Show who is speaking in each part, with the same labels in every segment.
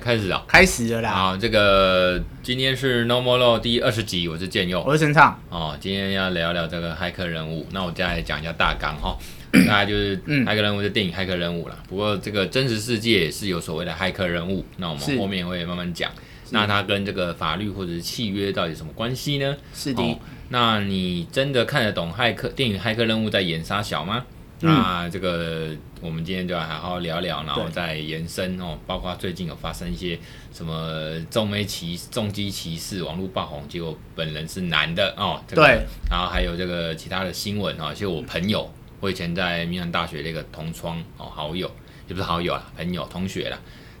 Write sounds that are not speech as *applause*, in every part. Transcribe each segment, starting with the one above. Speaker 1: 开始啊！
Speaker 2: 开始了啦！
Speaker 1: 啊，这个今天是 Normal Law 第二十集，我是建佑
Speaker 2: 我是陈畅，
Speaker 1: 哦。今天要聊聊这个骇客人物，那我再来讲一下大纲
Speaker 2: *coughs*
Speaker 1: 哈、大概就是
Speaker 2: 嗯
Speaker 1: 骇客人物的电影《骇客人物》啦。不过这个真实世界也是有所谓的骇客人物，那我们
Speaker 2: 是
Speaker 1: 后面会慢慢讲。那它跟这个法律或者是契约到底什么关系呢？
Speaker 2: 是的，
Speaker 1: 哦那你真的看得懂骇客电影《骇客任务》在演杀小吗？
Speaker 2: 嗯
Speaker 1: 那这个我们今天就要好好聊聊，然后
Speaker 2: 对
Speaker 1: 再延伸哦，包括最近有发生一些什么重妹歧重击歧视，网络爆红，结果本人是男的哦，这个、
Speaker 2: 对，
Speaker 1: 然后还有这个其他的新闻啊、哦，就我朋友，我以前在明兰大学的一个同窗哦好友，也不是好友啊，朋友同学啦。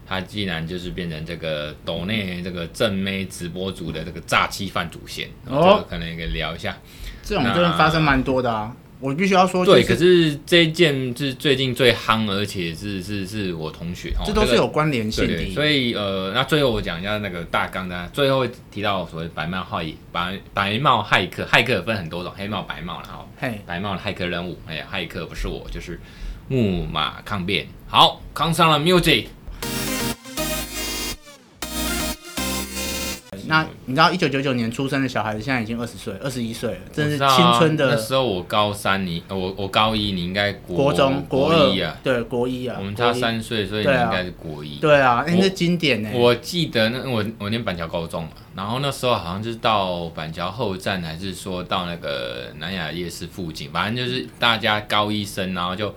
Speaker 1: 他竟然就是变成这个抖内这个正妹直播组的这个诈欺犯祖先，
Speaker 2: 哦
Speaker 1: 这个可能也可以聊一下。
Speaker 2: 这种真的发生蛮多的啊。我必须要说，
Speaker 1: 对，
Speaker 2: 就
Speaker 1: 可
Speaker 2: 是
Speaker 1: 是这一件是最近最夯，而且是是是我同学，哦、
Speaker 2: 这都是
Speaker 1: 个
Speaker 2: 有关联性
Speaker 1: 对对，所
Speaker 2: 的。
Speaker 1: 以呃，那最后我讲一下那个大纲呢，最后提到所谓白帽骇白白帽骇客，骇客有分很多种，黑帽、白帽啦，然后
Speaker 2: 嘿，
Speaker 1: 白帽的骇客任务，哎呀，骇客不是我，就是木马抗辩。好，康上了 music，
Speaker 2: 那你知道一九九九年出生的小孩子现在已经二十岁、二十一岁了，真
Speaker 1: 我
Speaker 2: 是
Speaker 1: 知道啊
Speaker 2: 青春
Speaker 1: 那
Speaker 2: 的
Speaker 1: 时候我高三，你呃我我高一，你应该国
Speaker 2: 国中、
Speaker 1: 国一
Speaker 2: 二
Speaker 1: 啊，，
Speaker 2: 对国一啊，
Speaker 1: 我们
Speaker 2: 国
Speaker 1: 差
Speaker 2: 一，
Speaker 1: 三岁，所以你
Speaker 2: 对啊
Speaker 1: 应该是国一。
Speaker 2: 对啊，那
Speaker 1: 我
Speaker 2: 是经典呢。
Speaker 1: 我记得那我我念板桥高中嘛，啊然后那时候好像就是到板桥后站，还是说到那个南雅夜市附近，反正就是大家高一生，然后就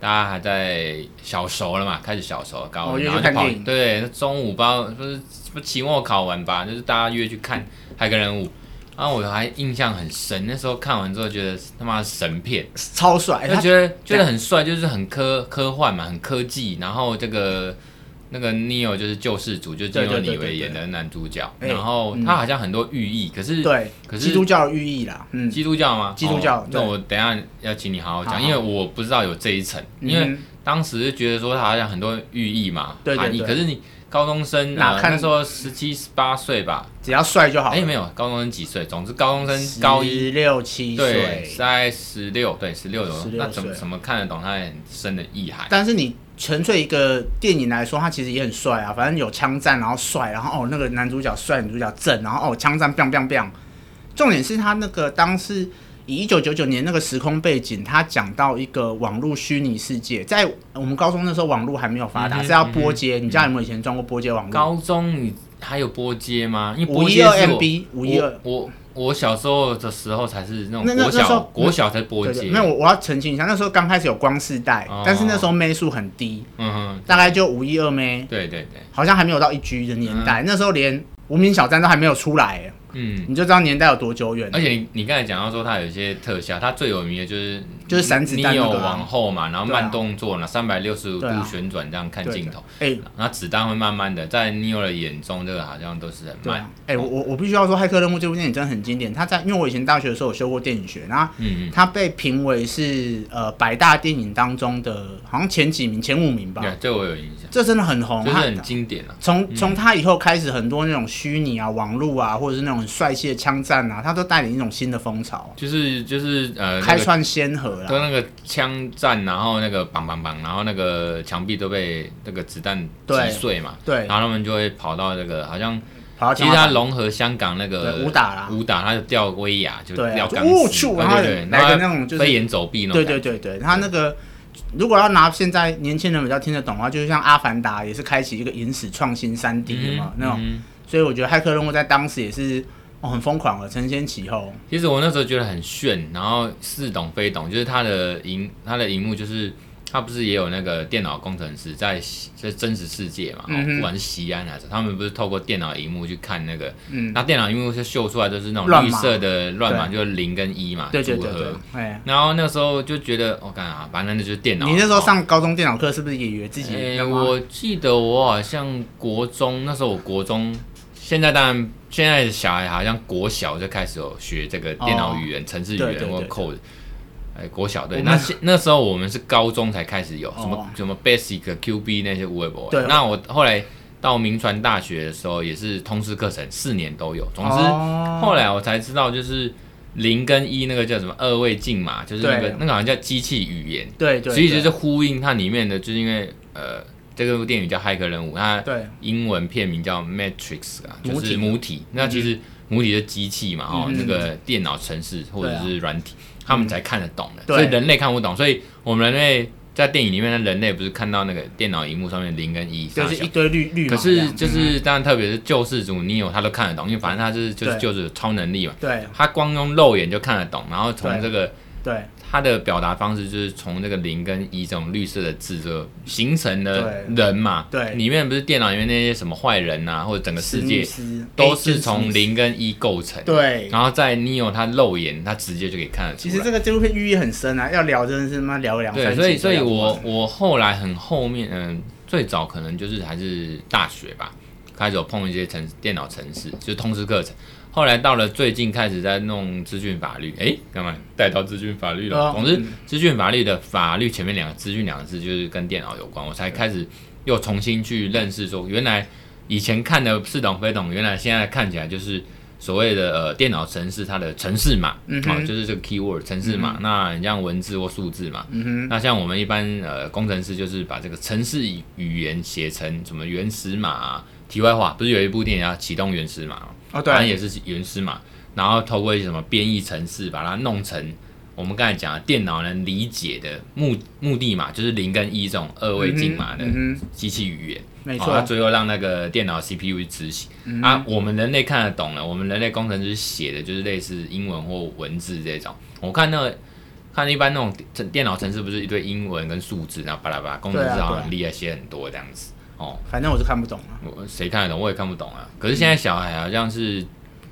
Speaker 1: 大家还在小熟了嘛，开始小熟了高
Speaker 2: 哦
Speaker 1: 一，
Speaker 2: 约
Speaker 1: 然
Speaker 2: 去
Speaker 1: 后就
Speaker 2: 看
Speaker 1: 跑
Speaker 2: 电影
Speaker 1: 对，那中午不知道不是不是期末考完吧，就是大家约去看海格人物。然后我还印象很深，那时候看完之后觉得他妈神片，
Speaker 2: 超帅，
Speaker 1: 就
Speaker 2: 哎他
Speaker 1: 觉得觉得很帅，就是很科科幻嘛，很科技。然后这个那个 Neo 就是救世主，就是金庸
Speaker 2: 对对对
Speaker 1: 李维
Speaker 2: 对
Speaker 1: 演的男主角。
Speaker 2: 哎
Speaker 1: 然后他好像很多寓意，可是
Speaker 2: 对
Speaker 1: 可是
Speaker 2: 基督教的寓意啦，嗯，
Speaker 1: 基督教吗？
Speaker 2: 基督教
Speaker 1: 哦
Speaker 2: 对
Speaker 1: 那我等一下要请你好好
Speaker 2: 好
Speaker 1: 讲，
Speaker 2: 好
Speaker 1: 因为我不知道有这一层，因为
Speaker 2: 嗯
Speaker 1: 当时就觉得说他好像很多寓意嘛，
Speaker 2: 对对
Speaker 1: 含义。
Speaker 2: 对
Speaker 1: 可是你高中生
Speaker 2: 哪
Speaker 1: 呃
Speaker 2: 看
Speaker 1: 那时候十七十八岁吧？
Speaker 2: 只要帅就好
Speaker 1: 哎，
Speaker 2: 了。
Speaker 1: 没有，高中生几岁？总之高中生高一
Speaker 2: 六七
Speaker 1: 对，
Speaker 2: 岁，
Speaker 1: 在十六，对十六有，
Speaker 2: 16
Speaker 1: 那怎么
Speaker 2: 岁
Speaker 1: 怎么看得懂它很深的意涵？
Speaker 2: 但是你纯粹一个电影来说，它其实也很帅啊，反正有枪战，然后帅，然后哦那个男主角帅，女主角正，然后哦枪战 biang biang biang。重点是他那个当时以一九九九年那个时空背景，他讲到一个网络虚拟世界，在我们高中那时候网络还没有发达，
Speaker 1: 嗯哼
Speaker 2: 是要拨接。你知道有没有以前装过拨接网络？
Speaker 1: 高中你还有波接吗？因为波接是我
Speaker 2: 512 MB，五一二。
Speaker 1: 我我我小时候的时候才是那种
Speaker 2: 那那
Speaker 1: 国
Speaker 2: 那时
Speaker 1: 小
Speaker 2: 候
Speaker 1: 国小才波
Speaker 2: 对
Speaker 1: 接
Speaker 2: 对，，没有，我我要澄清一下，那时候刚开始有光世代，
Speaker 1: 哦
Speaker 2: 但是那时候枚数很低，
Speaker 1: 嗯哼，
Speaker 2: 大概就五一二枚，
Speaker 1: 对对对，
Speaker 2: 好像还没有到一 G 的年代，那时候连无名小站都还没有出来，
Speaker 1: 嗯。
Speaker 2: 你就知道年代有多久远。
Speaker 1: 而且你你刚才讲到说它有一些特效，它最有名的就是
Speaker 2: 就是闪子
Speaker 1: 你
Speaker 2: 弹那
Speaker 1: 有
Speaker 2: 个啊
Speaker 1: 往后嘛，然后慢动作呢，三百六十五
Speaker 2: 对
Speaker 1: 度
Speaker 2: 啊
Speaker 1: 旋转这样看
Speaker 2: 对
Speaker 1: 镜头，，
Speaker 2: 对哎，
Speaker 1: 那子弹会慢慢的在 Neo 的眼中，这个好像都是很
Speaker 2: 对
Speaker 1: 慢
Speaker 2: 啊，，哎，我我我必须要说，《骇客任务》这部电影真的很经典。它在因为我以前大学的时候有修过电影学，然后
Speaker 1: 嗯嗯，
Speaker 2: 它被评为是呃百大电影当中的好像前几名、前五名吧
Speaker 1: 嗯对，，这我有印象，
Speaker 2: 这真的很红，
Speaker 1: 就是
Speaker 2: 它
Speaker 1: 很经典啊。
Speaker 2: 从从他以后开始，很多那种虚拟啊、网络啊，或者是那种很帅气的枪战啊，他都带领一种新的风潮，
Speaker 1: 就是就是呃，
Speaker 2: 开
Speaker 1: 那个
Speaker 2: 创先河啦。
Speaker 1: 都那个枪战，然后那个梆梆梆，然后那个墙壁都被那个子弹击
Speaker 2: 对
Speaker 1: 碎嘛，
Speaker 2: 对
Speaker 1: 然，后他们就会跑到那个好像，
Speaker 2: 好，
Speaker 1: 其实它融合香港那个
Speaker 2: 对武打啦
Speaker 1: 武打，它就吊威亚，就
Speaker 2: 对啊
Speaker 1: 吊
Speaker 2: 就
Speaker 1: 钢
Speaker 2: 哦
Speaker 1: 丝，
Speaker 2: 咻
Speaker 1: 啊
Speaker 2: 然后
Speaker 1: 对对，
Speaker 2: 来个
Speaker 1: 然后
Speaker 2: 那种就是
Speaker 1: 飞檐走壁那种
Speaker 2: 对
Speaker 1: 感
Speaker 2: 对
Speaker 1: 觉，
Speaker 2: 对对，他那个如果要拿现在年轻人比较听得懂的话，就是像《阿凡达》也是开启一个影史创新三 D 的嘛、
Speaker 1: 嗯
Speaker 2: 那种，
Speaker 1: 嗯
Speaker 2: 所以我觉得《骇客任务》在当时也是哦很疯狂了，承先启后。
Speaker 1: 其实我那时候觉得很炫，然后似懂非懂，就是它的荧它的荧幕就是。它不是也有那个电脑工程师在在真实世界嘛？
Speaker 2: 嗯
Speaker 1: 哦
Speaker 2: 哼
Speaker 1: 不管是西安还是他们不是透过电脑荧幕去看那个
Speaker 2: 嗯，
Speaker 1: 那电脑因为就秀出来都是那种
Speaker 2: 乱
Speaker 1: 绿
Speaker 2: 码
Speaker 1: 色的乱码，就是零跟一嘛，
Speaker 2: 对对
Speaker 1: 啊组
Speaker 2: 对对
Speaker 1: 合。，
Speaker 2: 哎，
Speaker 1: 然后那时候就觉得，我、哦、干啊，反正那就是电脑。
Speaker 2: 你那时候
Speaker 1: 哦？
Speaker 2: 上高中电脑课是不是也以为自己
Speaker 1: 诶、
Speaker 2: 干嘛？
Speaker 1: 哎我记得我好像国中那时候，我国中，现在当然现在的小孩好像国小就开始有学这个电脑语言、程式语
Speaker 2: 对
Speaker 1: 言
Speaker 2: 对
Speaker 1: 或
Speaker 2: 对
Speaker 1: code。哎，国小对，
Speaker 2: 我们
Speaker 1: 那现那时候我们是高中才开始有什么、
Speaker 2: 哦
Speaker 1: 什么 Basic、QB 那些 Web。哦
Speaker 2: 对
Speaker 1: 那我后来到民传大学的时候，也是通识课程，四年都有。总之，
Speaker 2: 哦
Speaker 1: 后来我才知道，就是零跟一那个叫什么二位进嘛，就是那个
Speaker 2: 对
Speaker 1: 那个好像叫机器语言，
Speaker 2: 对对，
Speaker 1: 所以就
Speaker 2: 对
Speaker 1: 是呼应它里面的，就是因为呃这部电影叫《骇客任务》，它
Speaker 2: 对，
Speaker 1: 英文片名叫 Matrix 啊，就
Speaker 2: 母体
Speaker 1: 是母体。那其实母体是机器嘛，哦，
Speaker 2: 嗯
Speaker 1: 那个电脑程式或者是软体，他们才看得懂的，
Speaker 2: 对
Speaker 1: 所以人类看不懂。所以我们人类在电影里面的人类不是看到那个电脑荧幕上面零跟一，
Speaker 2: 就
Speaker 1: 大
Speaker 2: 是
Speaker 1: 小
Speaker 2: 一堆绿绿
Speaker 1: 可
Speaker 2: 毛这
Speaker 1: 是
Speaker 2: 样嗯
Speaker 1: 就是当然，特别是救世主尼欧，他都看得懂，因为反正他就是就是
Speaker 2: 对
Speaker 1: 就是有超能力嘛，
Speaker 2: 对
Speaker 1: 他光用肉眼就看得懂，然后从
Speaker 2: 对
Speaker 1: 这个
Speaker 2: 对
Speaker 1: 他的表达方式就是从这个零跟一这种绿色的字就形成了人嘛，
Speaker 2: 对对
Speaker 1: 里面不是电脑里面那些什么坏人啊，或者整个世界
Speaker 2: 史密斯
Speaker 1: 都
Speaker 2: Agent
Speaker 1: 是从
Speaker 2: Smith
Speaker 1: 零跟一构成，
Speaker 2: 对。
Speaker 1: 然后在尼欧他肉眼他直接就可以看得
Speaker 2: 其
Speaker 1: 出
Speaker 2: 实
Speaker 1: 来，
Speaker 2: 这个纪录片寓意很深啊，要聊真的是他妈聊两
Speaker 1: 对，
Speaker 2: 三
Speaker 1: 所以
Speaker 2: 集都
Speaker 1: 所以
Speaker 2: 聊不完
Speaker 1: 我我后来很后面，嗯，最早可能就是还是大学吧，开始有碰一些程电脑程式，就是通识课程。后来到了最近开始在弄资讯法律，诶，干嘛带到资讯法律
Speaker 2: 对
Speaker 1: 了？
Speaker 2: 啊
Speaker 1: 总之
Speaker 2: 嗯，
Speaker 1: 资讯法律的法律前面两个资讯两个字就是跟电脑有关，我才开始又重新去认识说，原来以前看的似懂非懂，原来现在看起来就是所谓的呃电脑程式它的程式码，
Speaker 2: 嗯
Speaker 1: 哦
Speaker 2: 哼，
Speaker 1: 就是这个 keyword 程式码，那你像文字或数字嘛，
Speaker 2: 嗯哼，
Speaker 1: 那像我们一般呃工程师就是把这个程式语言写成什么原始码、啊。题外话，不是有一部电影叫《启动原始码》吗？
Speaker 2: 哦
Speaker 1: 反正
Speaker 2: 对，
Speaker 1: 也是原始码，然后透过一些什么编译程式把它弄成我们刚才讲的电脑能理解的目目的码，就是零跟一这种二位进码的
Speaker 2: 嗯哼嗯
Speaker 1: 机器语言。
Speaker 2: 没
Speaker 1: 哦它
Speaker 2: 错，
Speaker 1: 最后让那个电脑 CPU 去执行、
Speaker 2: 嗯
Speaker 1: 啊。我们人类看得懂了，我们人类工程师写的就是类似英文或文字这种。我看那个看一般那种电电脑程式不是一堆英文跟数字，然后巴拉巴拉，工程师
Speaker 2: 对啊
Speaker 1: 好
Speaker 2: 对
Speaker 1: 像
Speaker 2: 啊
Speaker 1: 很厉害，写很多这样子。哦，
Speaker 2: 反正我是看不懂啊。
Speaker 1: 我谁看得懂？我也看不懂啊。可是现在小孩好像是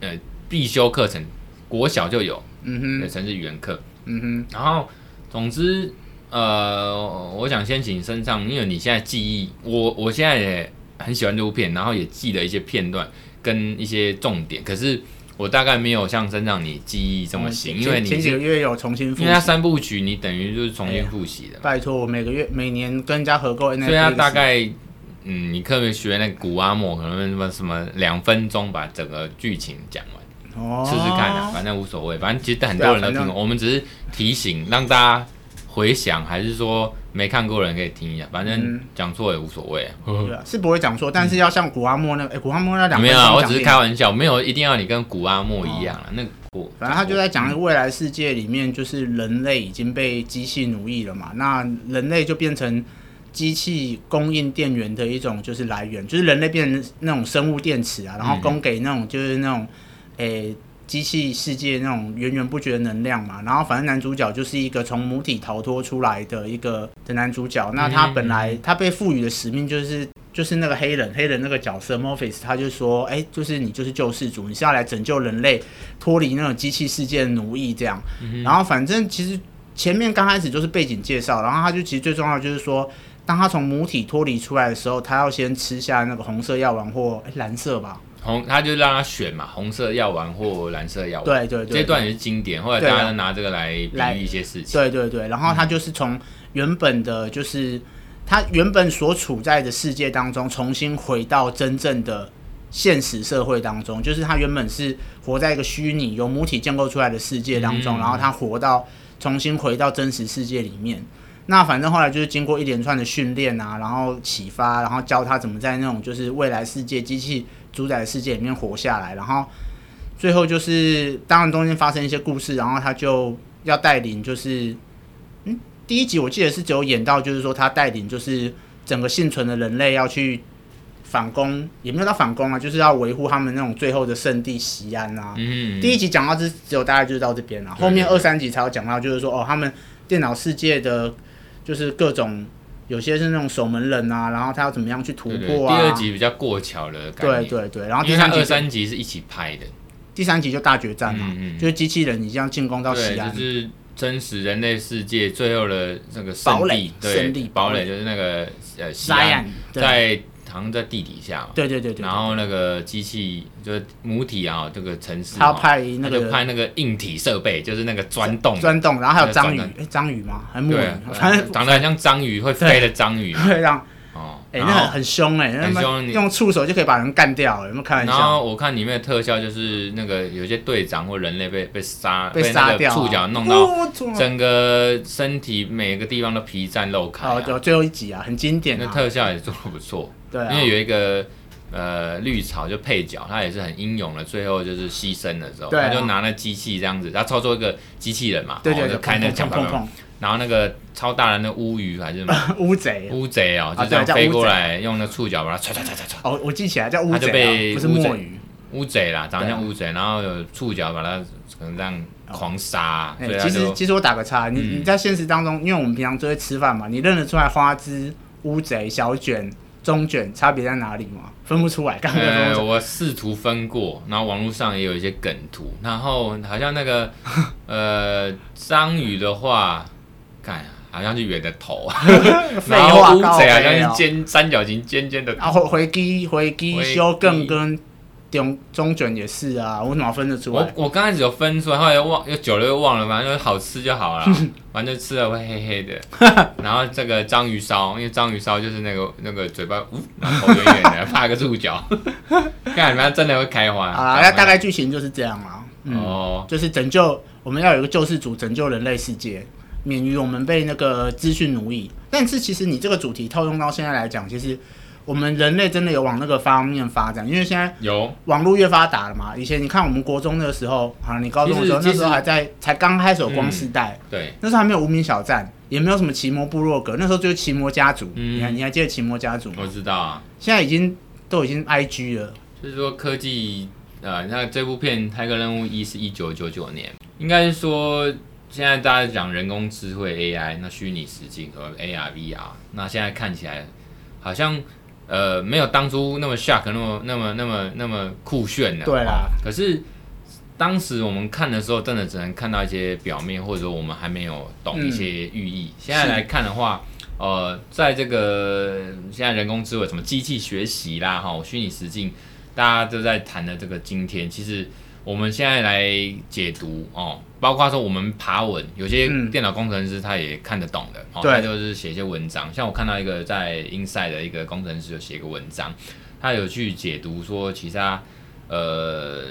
Speaker 1: 呃必修课程，国小就有，
Speaker 2: 嗯
Speaker 1: 对，
Speaker 2: 哼，
Speaker 1: 程式语言课。
Speaker 2: 嗯哼，
Speaker 1: 然后，总之，呃，我想先请身上，因为你现在记忆，我我现在也很喜欢这部片，然后也记了一些片段跟一些重点，可是我大概没有像身上你记忆这么行，
Speaker 2: 前
Speaker 1: 因为你
Speaker 2: 前几
Speaker 1: 是
Speaker 2: 个月有重新复
Speaker 1: 因为它
Speaker 2: 习，
Speaker 1: 三部曲，你等于就是重新复习的，
Speaker 2: 拜托我每个月每年跟人家合购 N，
Speaker 1: 所以它大概。嗯，你特别学那个古阿莫，可能什么什么两分钟把整个剧情讲完，
Speaker 2: 哦
Speaker 1: 试试看啊，反正无所谓，反正其实很多
Speaker 2: 对
Speaker 1: 人
Speaker 2: 啊
Speaker 1: 都听
Speaker 2: 反正
Speaker 1: 过，我们只是提醒让大家回想，还是说没看过的人可以听一下，反正
Speaker 2: 嗯
Speaker 1: 讲错也无所谓啊。
Speaker 2: 对啊是不会讲错，但是要像古阿莫那个，哎，古阿莫那
Speaker 1: 嗯
Speaker 2: 两
Speaker 1: 没
Speaker 2: 分
Speaker 1: 有啊，
Speaker 2: 钟
Speaker 1: 我
Speaker 2: 讲
Speaker 1: 只是
Speaker 2: 遍
Speaker 1: 开玩笑，没有一定要你跟古阿莫一样啊。那个古，
Speaker 2: 反正他就在讲那个未来世界里面，就是人类已经被机器奴役了嘛，那人类就变成机器供应电源的一种就是来源，就是人类变成那种生物电池啊，然
Speaker 1: 嗯
Speaker 2: 后供给那种就是那种诶。机器世界那种源源不绝的能量嘛，然后反正男主角就是一个从母体逃脱出来的一个的男主角，那
Speaker 1: 嗯
Speaker 2: 他本来他被赋予的使命就是就是那个黑人黑人那个角色 Morpheus，他就说，哎、就是你就是救世主，你是要来拯救人类脱离那种机器世界的奴役这样。
Speaker 1: 嗯
Speaker 2: 然后反正其实前面刚开始就是背景介绍，然后他就其实最重要的就是说，当他从母体脱离出来的时候，他要先吃下那个红色药丸或、哎蓝色吧？
Speaker 1: 红，他就让他选嘛，红色药丸或蓝色药丸。
Speaker 2: 对对对，
Speaker 1: 这段也是经典，后来
Speaker 2: 对啊
Speaker 1: 大家拿这个来比
Speaker 2: 来
Speaker 1: 喻一些事情。嗯
Speaker 2: 对对对，然后他就是从原本的，就是他原本所处在的世界当中，重新回到真正的现实社会当中，就是他原本是活在一个虚拟由母体建构出来的世界当
Speaker 1: 嗯
Speaker 2: 中，然后他活到重新回到真实世界里面。那反正后来就是经过一连串的训练啊，然后启发，然后教他怎么在那种就是未来世界机器主宰的世界里面活下来，然后最后就是当然中间发生一些故事，然后他就要带领就是嗯第一集我记得是只有演到，就是说他带领就是整个幸存的人类要去反攻，也没有到反攻啊，就是要维护他们那种最后的圣地西安啊。
Speaker 1: 嗯，
Speaker 2: 第一集讲到这，只有大概就是到这边了，
Speaker 1: 对
Speaker 2: 后面
Speaker 1: 对对
Speaker 2: 二三集才有讲到，就是说哦，他们电脑世界的，就是各种有些是那种守门人啊，然后他要怎么样去突
Speaker 1: 对对
Speaker 2: 破
Speaker 1: 第
Speaker 2: 啊。
Speaker 1: 二集比较过桥了，概
Speaker 2: 对
Speaker 1: 念。
Speaker 2: 对对，然后
Speaker 1: 因
Speaker 2: 第
Speaker 1: 为它
Speaker 2: 三集
Speaker 1: 二
Speaker 2: 就
Speaker 1: 三集是一起拍的，
Speaker 2: 第三集就大决战嘛，
Speaker 1: 嗯嗯嗯
Speaker 2: 就是机器人已经要进攻到
Speaker 1: 对，
Speaker 2: 西安
Speaker 1: 就，是真实人类世界最后的那个
Speaker 2: 堡
Speaker 1: 圣
Speaker 2: 垒
Speaker 1: 地，对，
Speaker 2: 圣地
Speaker 1: 堡
Speaker 2: 堡垒
Speaker 1: 垒就是那个呃西
Speaker 2: 莱
Speaker 1: 安，
Speaker 2: 安，对
Speaker 1: 在好像在地底下嘛。
Speaker 2: 对对对对
Speaker 1: 然，后那个机器就是母体啊，这个城市、啊，
Speaker 2: 他要派
Speaker 1: 他
Speaker 2: 那个
Speaker 1: 就派那个硬体设备，就是那个钻洞，
Speaker 2: 钻洞，然后还有章鱼，
Speaker 1: 钻
Speaker 2: 哎，章鱼吗？还是木
Speaker 1: 对
Speaker 2: 鱼
Speaker 1: 啊，，
Speaker 2: *laughs* 反正
Speaker 1: 长得很像章鱼，会飞的章鱼
Speaker 2: 会让
Speaker 1: 哦，
Speaker 2: 哎、
Speaker 1: 然
Speaker 2: 那
Speaker 1: 后
Speaker 2: 很很凶哎、那
Speaker 1: 很
Speaker 2: 他妈
Speaker 1: 凶你
Speaker 2: 用触手就可以把人干掉、有没有开玩
Speaker 1: 然
Speaker 2: 笑？
Speaker 1: 后我看里面的特效就是那个有些队长或人类被被杀，
Speaker 2: 被
Speaker 1: 被那
Speaker 2: 杀
Speaker 1: 个
Speaker 2: 掉啊、
Speaker 1: 触角弄到
Speaker 2: 哦怎么
Speaker 1: 整个身体每个地方都皮绽肉开、
Speaker 2: 好
Speaker 1: 啊。
Speaker 2: 的，最后一集啊，很经典
Speaker 1: 那
Speaker 2: 啊，
Speaker 1: 特效也做的不错，
Speaker 2: 对啊
Speaker 1: 因，为有一个呃绿草就配角，他也是很英勇的，最后就是牺牲的时候，
Speaker 2: 对啊
Speaker 1: 他就拿那机器这样子，他操作一个机器人嘛，
Speaker 2: 对
Speaker 1: 然
Speaker 2: 对
Speaker 1: 后
Speaker 2: 对，
Speaker 1: 哦就开那个
Speaker 2: 砰
Speaker 1: 枪
Speaker 2: 砰
Speaker 1: 炮，
Speaker 2: 砰
Speaker 1: 然后那个超大人的乌鱼还是什么
Speaker 2: 砰， *laughs* 乌贼。
Speaker 1: 乌贼哦，
Speaker 2: 啊
Speaker 1: 就这样
Speaker 2: 对叫
Speaker 1: 飞
Speaker 2: 乌
Speaker 1: 过
Speaker 2: 贼
Speaker 1: 来，用那触角把它歘歘歘歘歘，
Speaker 2: 哦，我记起来叫乌
Speaker 1: 他就
Speaker 2: 贼、啊，
Speaker 1: 被
Speaker 2: 不是
Speaker 1: 乌贼
Speaker 2: 墨鱼。
Speaker 1: 乌贼啦，长得像
Speaker 2: 对啊
Speaker 1: 乌贼，然后有触角把它可能这样狂杀，
Speaker 2: 哎、
Speaker 1: 所以他
Speaker 2: 其实
Speaker 1: 就
Speaker 2: 其实我打个岔，你、
Speaker 1: 嗯
Speaker 2: 你在现实当中，因为我们平常都会吃饭嘛，你认得出来花枝、乌贼、小卷、中卷差别在哪里吗？分不出来，刚刚分不出
Speaker 1: 呃，
Speaker 2: 来
Speaker 1: 我试图分过，然后网络上也有一些梗图，然后好像那
Speaker 2: *laughs*
Speaker 1: 个呃章鱼的话，看好像是圆的头，
Speaker 2: *laughs* 废
Speaker 1: 然
Speaker 2: 话，
Speaker 1: 后乌
Speaker 2: 靠
Speaker 1: 贼好
Speaker 2: 北
Speaker 1: 像
Speaker 2: 哦
Speaker 1: 是尖三角形尖尖的
Speaker 2: 啊，回回击回击
Speaker 1: 哎回击
Speaker 2: 修更跟中中卷也是啊，我怎么分得出
Speaker 1: 我
Speaker 2: 来？
Speaker 1: 我刚开始有分出来，后来又忘，又久了又忘了，反正就是好吃就好
Speaker 2: *laughs*
Speaker 1: 了，反正吃了会黑黑的。然后这个章鱼烧，因为章鱼烧就是那个那个嘴巴，呜，然后头圆圆
Speaker 2: *laughs*
Speaker 1: 的，怕个触角，看你们真的会开花
Speaker 2: 好啊啦，那大概剧情就是这样啦。嗯，
Speaker 1: 哦，
Speaker 2: 就是拯救我们要有一个救世主拯救人类世界，免于我们被那个资讯奴役。但是其实你这个主题套用到现在来讲，其实我们人类真的有往那个方面发展，因为现在。
Speaker 1: 有
Speaker 2: 网络越发达了嘛，以前你看我们国中那个时候，啊，你高中的时候，
Speaker 1: 其实嗯
Speaker 2: 那时候还在才刚开始有光世代，
Speaker 1: 对，
Speaker 2: 那时候还没有无名小站，也没有什么奇摩部落格，那时候就是奇摩家族。
Speaker 1: 嗯
Speaker 2: 你还你还记得奇摩家族
Speaker 1: 我
Speaker 2: 吗？
Speaker 1: 知道啊，
Speaker 2: 现在已经都已经 IG 了，
Speaker 1: 就是说科技，呃，那这部片《泰格任务一》是一九九九年，应该是说现在大家讲人工智慧 AI，那虚拟实境和 AR、VR，那现在看起来好像呃没有当初那么 shock，那么那么那么那么酷炫了。
Speaker 2: 对啦，
Speaker 1: 可是当时我们看的时候，真的只能看到一些表面，或者说我们还没有懂一
Speaker 2: 嗯
Speaker 1: 些寓意。现在来看的话，呃，在这个现在人工智慧什么机器学习啦，哈，虚拟实境，大家都在谈的这个今天，其实我们现在来解读哦，包括说我们爬文，有些
Speaker 2: 嗯
Speaker 1: 电脑工程师他也看得懂的，哦，
Speaker 2: 对
Speaker 1: 他就是写一些文章。像我看到一个在 Inside 的一个工程师有写一个文章，他有去解读说，其实他呃，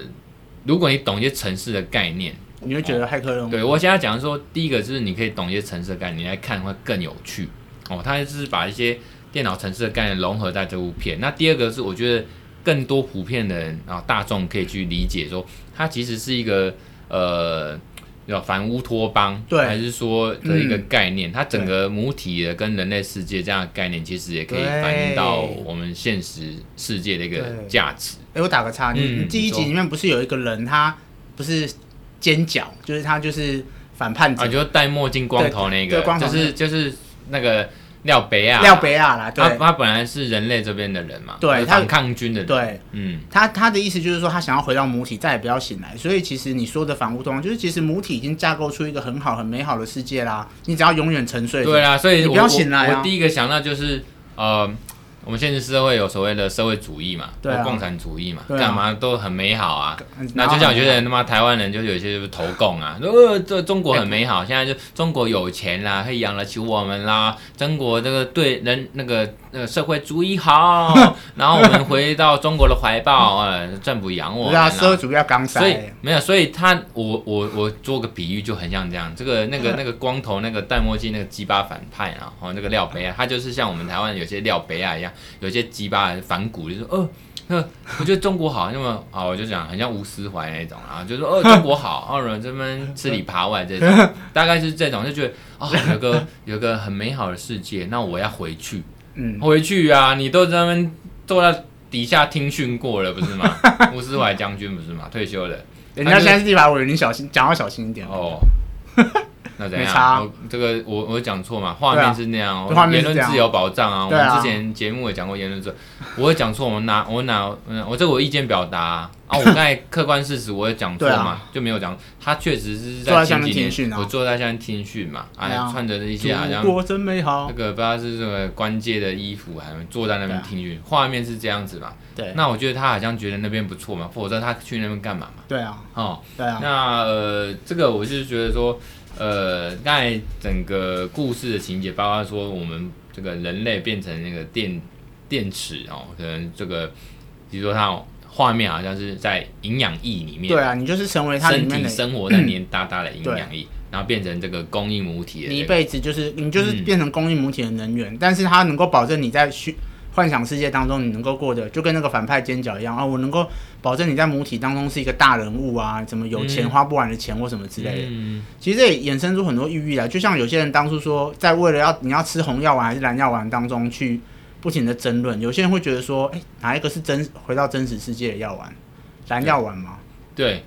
Speaker 1: 如果你懂一些城市的概念，
Speaker 2: 你会觉得骇客任务
Speaker 1: 哦对我现在讲说，第一个就是你可以懂一些城市的概念，你来看会更有趣哦。它就是把一些电脑城市的概念融合在这部片。那第二个是我觉得更多普遍的人啊、大众可以去理解说，它其实是一个呃。叫反乌托邦，
Speaker 2: 对嗯
Speaker 1: 还是说的一个概念，它整个母体的跟人类世界这样的概念，其实也可以
Speaker 2: 对
Speaker 1: 反映到我们现实世界的一个
Speaker 2: 对
Speaker 1: 价值。
Speaker 2: 哎、我打个岔，你、
Speaker 1: 嗯
Speaker 2: 你第一
Speaker 1: 你说
Speaker 2: 集里面不是有一个人，他不是尖角，就是他就是反叛者，
Speaker 1: 啊，就是戴墨镜光头那
Speaker 2: 对
Speaker 1: 个，
Speaker 2: 对光头
Speaker 1: 就
Speaker 2: 那个
Speaker 1: 是就是那个廖北亚，
Speaker 2: 廖北亚啦，对、
Speaker 1: 他他本来是人类这边的人嘛，
Speaker 2: 对
Speaker 1: 就是
Speaker 2: 他
Speaker 1: 反抗军的人，
Speaker 2: 对，
Speaker 1: 嗯，
Speaker 2: 他他的意思就是说，他想要回到母体，再也不要醒来。所以其实你说的反乌托邦，就是其实母体已经架构出一个很好、很美好的世界啦。你只要永远沉睡。
Speaker 1: 对啦，所以
Speaker 2: 你
Speaker 1: 我
Speaker 2: 不要醒来啊
Speaker 1: 我我第一个想到就是呃，我们现实社会有所谓的社会主义嘛，
Speaker 2: 对啊
Speaker 1: 或共产主义嘛，
Speaker 2: 对啊
Speaker 1: 干嘛都很美好啊。
Speaker 2: 嗯，
Speaker 1: 那就像我觉得他妈台湾人就是有些就是投共啊，呃，这中国很美好，现在就中国有钱啦，可以养得起我们啦，中国这个对人那个那个社会主义
Speaker 2: *laughs*
Speaker 1: 好，然后我们回到中国的怀抱，呃，政府养我们
Speaker 2: 不是
Speaker 1: 啦
Speaker 2: 啊，社会主义要刚塞
Speaker 1: 所以没有，所以他我我我做个比喻就很像这样，这个那个那个光头那个戴墨镜那个鸡巴反派啊，哦那个廖北亚，他就是像我们台湾有些廖北亚一样，有些鸡巴反骨就说哦。呃，我觉得中国好，那么啊，我就讲很像吴思怀那种啊，就说哦，中国好，哦，人这边吃里扒外这种，大概是这种，就觉得哦，有个有个很美好的世界，那我要回去，
Speaker 2: 嗯，
Speaker 1: 回去啊，你都在那边坐在底下听训过了，不是吗？吴思怀将军不是吗？退休了。
Speaker 2: 人家
Speaker 1: 他就
Speaker 2: 现在是立法委员，你小心讲话小心一点。 *laughs*
Speaker 1: 哦，那怎
Speaker 2: 没差啊
Speaker 1: 样？我哦这个我我讲错嘛？画
Speaker 2: 对啊
Speaker 1: 面是那样，哦
Speaker 2: 画面
Speaker 1: 言
Speaker 2: 是
Speaker 1: 论
Speaker 2: 这样
Speaker 1: 自由保障啊。我
Speaker 2: 对啊
Speaker 1: 们之前节目也讲过言论自由，我有讲错，我哪我哪嗯我这我意见表达啊，啊我刚
Speaker 2: *laughs*
Speaker 1: 才客观事实我也讲错
Speaker 2: 对
Speaker 1: 嘛
Speaker 2: 啊，
Speaker 1: 就没有讲，他确实是
Speaker 2: 坐在
Speaker 1: 前
Speaker 2: 下面
Speaker 1: 几
Speaker 2: 听训
Speaker 1: 年
Speaker 2: 啊
Speaker 1: 我坐在下面听训嘛，
Speaker 2: 对
Speaker 1: 哎
Speaker 2: 啊，
Speaker 1: 穿着一
Speaker 2: 祖
Speaker 1: 些好像
Speaker 2: 国真美好
Speaker 1: 那。个不知道是什么关界的衣服，还坐在那边听去，画、面是这样子嘛？
Speaker 2: 啊对
Speaker 1: 那我觉得他好像觉得那边不错嘛，否则他去那边干嘛嘛？
Speaker 2: 对啊，
Speaker 1: 哦，
Speaker 2: 对啊，
Speaker 1: 那呃，这个我就是觉得说，呃，刚才整个故事的情节，包括说我们这个人类变成那个电电池哦，可能这个比如说它哦画面好像是在营养液里面，
Speaker 2: 对啊，你就是成为它里
Speaker 1: 身
Speaker 2: 面
Speaker 1: 体
Speaker 2: 的，嗯
Speaker 1: 生活在黏哒哒的营养液，然后变成这个供应母体的嗯
Speaker 2: 你一
Speaker 1: 这个
Speaker 2: 辈子就是你就是变成供应母体的能源，但是它能够保证你在虚幻想世界当中你能够过得就跟那个反派尖角一样啊，我能够保证你在母体当中是一个大人物啊，怎么有钱、
Speaker 1: 嗯
Speaker 2: 花不完的钱或什么之类的。
Speaker 1: 嗯，
Speaker 2: 其实这也衍生出很多寓意来，就像有些人当初说，在为了要你要吃红药丸还是蓝药丸当中去不停的争论，有些人会觉得说，哎、哪一个是真回到真实世界的药丸？蓝药丸嘛，
Speaker 1: 对。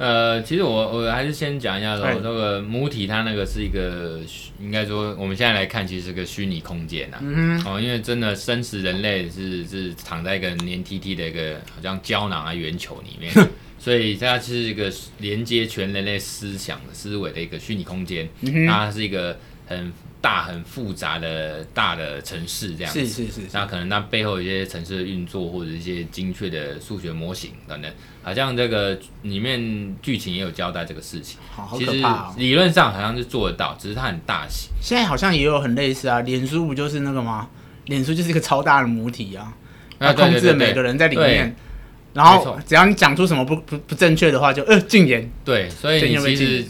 Speaker 1: 呃，其实我我还是先讲一下
Speaker 2: 哎
Speaker 1: 说，这个母体它那个是一个虚，应该说我们现在来看，其实是个虚拟空间呐、
Speaker 2: 嗯
Speaker 1: 哦，因为真的生死人类是是躺在一个黏 T T 的一个好像胶囊啊圆球里面， *laughs* 所以它是一个连接全人类思想思维的一个虚拟空间，
Speaker 2: 哼，嗯
Speaker 1: 它是一个很大很复杂的大的城市这
Speaker 2: 哼，
Speaker 1: 样
Speaker 2: 是
Speaker 1: 子。
Speaker 2: 是是是，
Speaker 1: 那可能它背后有一些城市的运作，或者一些精确的数学模型等等，好像这个里面剧情也有交代这个事情。
Speaker 2: 好好
Speaker 1: 其
Speaker 2: 可
Speaker 1: 实
Speaker 2: 怕哦。
Speaker 1: 理论上好像是做得到，只是它很大型。
Speaker 2: 现在好像也有很类似啊，脸书不就是那个吗？脸书就是一个超大的母体啊，它
Speaker 1: 啊对
Speaker 2: 控
Speaker 1: 对
Speaker 2: 制了
Speaker 1: 对
Speaker 2: 每
Speaker 1: 对
Speaker 2: 个人在里面，然
Speaker 1: 没
Speaker 2: 后
Speaker 1: 错
Speaker 2: 只要你讲出什么不不不正确的话就，呃禁言。
Speaker 1: 对，所以
Speaker 2: 这
Speaker 1: 你
Speaker 2: 有没有
Speaker 1: 其
Speaker 2: 进
Speaker 1: 实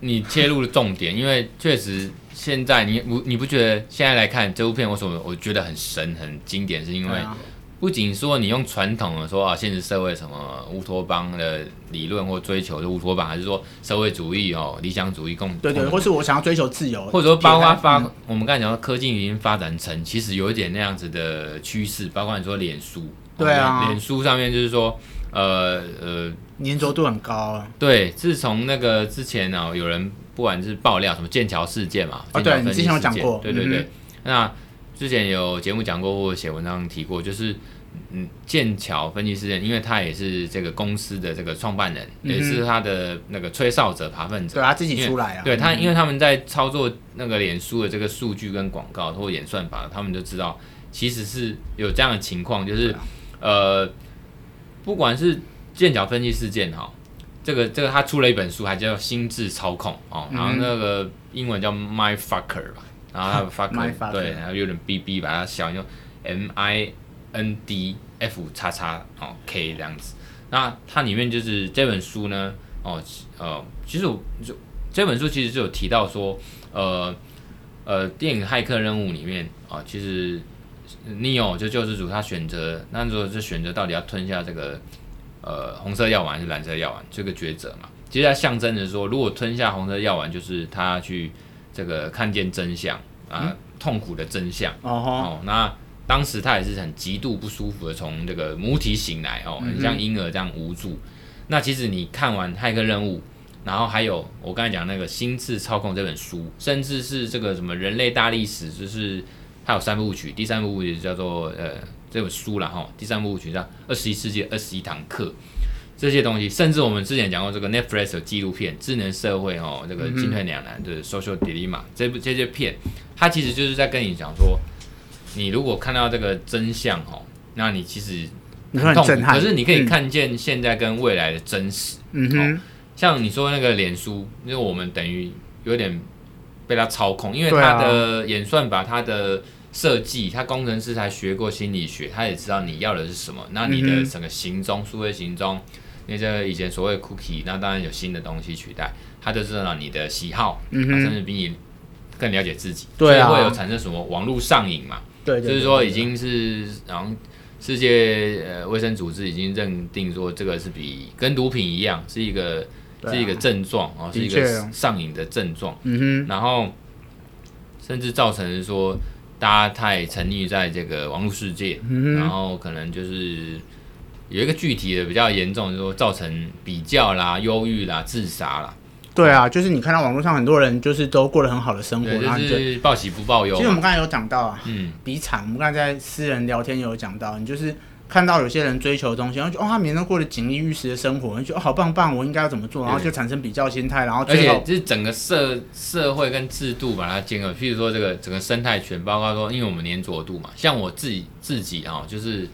Speaker 1: 你切入了重点，因为确实现在你不你不觉得现在来看这部片，为什么我觉得很神很经典，是因
Speaker 2: 对
Speaker 1: 为
Speaker 2: 啊，
Speaker 1: 不仅说你用传统的说啊现实社会什么乌托邦的理论或追求的乌托邦，还是说社会主义哦理想主义共
Speaker 2: 对对，
Speaker 1: 共
Speaker 2: 或是我想要追求自由，
Speaker 1: 嗯或者说包括发
Speaker 2: 嗯，
Speaker 1: 我们刚才讲到科技已经发展成，其实有一点那样子的趋势，包括你说脸书，
Speaker 2: 对啊
Speaker 1: 脸脸书上面就是说呃呃
Speaker 2: 粘着度很高啊。
Speaker 1: 对，自从那个之前呢、有人不管是爆料什么剑桥事件嘛，
Speaker 2: 哦
Speaker 1: 剑桥
Speaker 2: 对你
Speaker 1: 分析
Speaker 2: 之前有
Speaker 1: 事
Speaker 2: 讲
Speaker 1: 件
Speaker 2: 过
Speaker 1: 对对
Speaker 2: 嗯
Speaker 1: 对。那之前有节目讲过或者写文章提过，就是嗯，剑桥分析事件，因为他也是这个公司的这个创办人，
Speaker 2: 嗯哼
Speaker 1: 也是他的那个吹哨者、爬粪者，
Speaker 2: 对他自己出来啊。
Speaker 1: 对他，因为他们在操作那个脸书的这个数据跟广告或演算法，他们就知道其实是有这样的情况，就是、
Speaker 2: 对啊
Speaker 1: 呃，不管是剑桥分析事件哈，这个这个他出了一本书，还叫《心智操控》哦，然后
Speaker 2: 嗯
Speaker 1: 那个英文叫 My Fucker 吧，然后他的
Speaker 2: Mindfucker
Speaker 1: Fucker 对，然后有点 BB 把它小用 M I N D F 叉叉哦 K 这样子。那它里面就是这本书呢，哦呃，其实我就这本书其实就有提到说，呃呃，电影《骇客任务》里面啊、哦，其实 Neo 就救世主他选择那时候就选择到底要吞下这个呃红色药丸还是蓝色药丸这个抉择嘛。其实它象征着说，如果吞下红色药丸，就是他去这个看见真相啊、痛苦的真相。
Speaker 2: 哦吼，
Speaker 1: 哦，那当时他也是很极度不舒服的，从这个母体醒来哦，很像婴儿这样无助。那其实你看完《骇客任务》，然后还有我刚才讲那个《心智操控》这本书，甚至是这个什么人类大历史，就是它有三部曲，第三部曲叫做呃这本书啦哈、第三部曲叫《二十一世纪二十一堂课》。这些东西，甚至我们之前讲过这个 Netflix 有纪录片《智能社会》哦，这个
Speaker 2: 嗯哼
Speaker 1: 进退两难的 Social Dilemma 这部这些片，它其实就是在跟你讲说，你如果看到这个真相哦，那你其实
Speaker 2: 你会很
Speaker 1: 痛苦
Speaker 2: 震撼。
Speaker 1: 可是你可以看见现在跟未来的真实。
Speaker 2: 嗯，
Speaker 1: 哦
Speaker 2: 嗯
Speaker 1: 像你说那个脸书，因为我们等于有点被它操控，因为
Speaker 2: 对啊
Speaker 1: 它的演算法、它的设计，它工程师才学过心理学，他也知道你要的是什么。那你
Speaker 2: 嗯
Speaker 1: 的
Speaker 2: 哼
Speaker 1: 整个行踪、数位行踪，那些以前所谓 cookie，那当然有新的东西取代，它就知道你的喜好，
Speaker 2: 哼，嗯
Speaker 1: 甚
Speaker 2: 哼，
Speaker 1: 至比你更了解自己，
Speaker 2: 对啊
Speaker 1: 所以会有产生什么网络上瘾嘛？
Speaker 2: 对，对
Speaker 1: 就是说已，经是然后世界呃卫生组织已经认定说这个是比跟毒品一样是一个、
Speaker 2: 对啊
Speaker 1: 是一个症状哦，是
Speaker 2: 的
Speaker 1: 一
Speaker 2: 确啊
Speaker 1: 个上瘾的症状，
Speaker 2: 对嗯
Speaker 1: 然后甚至造成说大家太沉溺在这个网络世界，
Speaker 2: 嗯
Speaker 1: 然后可能就是。有一个具体的比较严重，就是说造成比较啦、忧郁啦、自杀啦，
Speaker 2: 哼，对啊，就是你看到网络上很多人就是都过得很好的生活，
Speaker 1: 对，
Speaker 2: 然后你
Speaker 1: 就啊
Speaker 2: 就是
Speaker 1: 报喜不报忧
Speaker 2: 其实我
Speaker 1: 嘛。
Speaker 2: 们刚才有讲到啊，
Speaker 1: 嗯，
Speaker 2: 比惨，我们刚才在私人聊天也有讲到，你就是看到有些人追求的东西，然后就哦，他每天都过得锦衣玉食的生活，你就觉得哦好棒棒，我应该要怎么做，然后就产生比较心态，然后
Speaker 1: 而
Speaker 2: 最
Speaker 1: 且
Speaker 2: 后
Speaker 1: 就是整个社社会跟制度把它结合，譬如说这个整个生态圈，包括说，因为我们粘着度嘛，像我自己自己啊、就是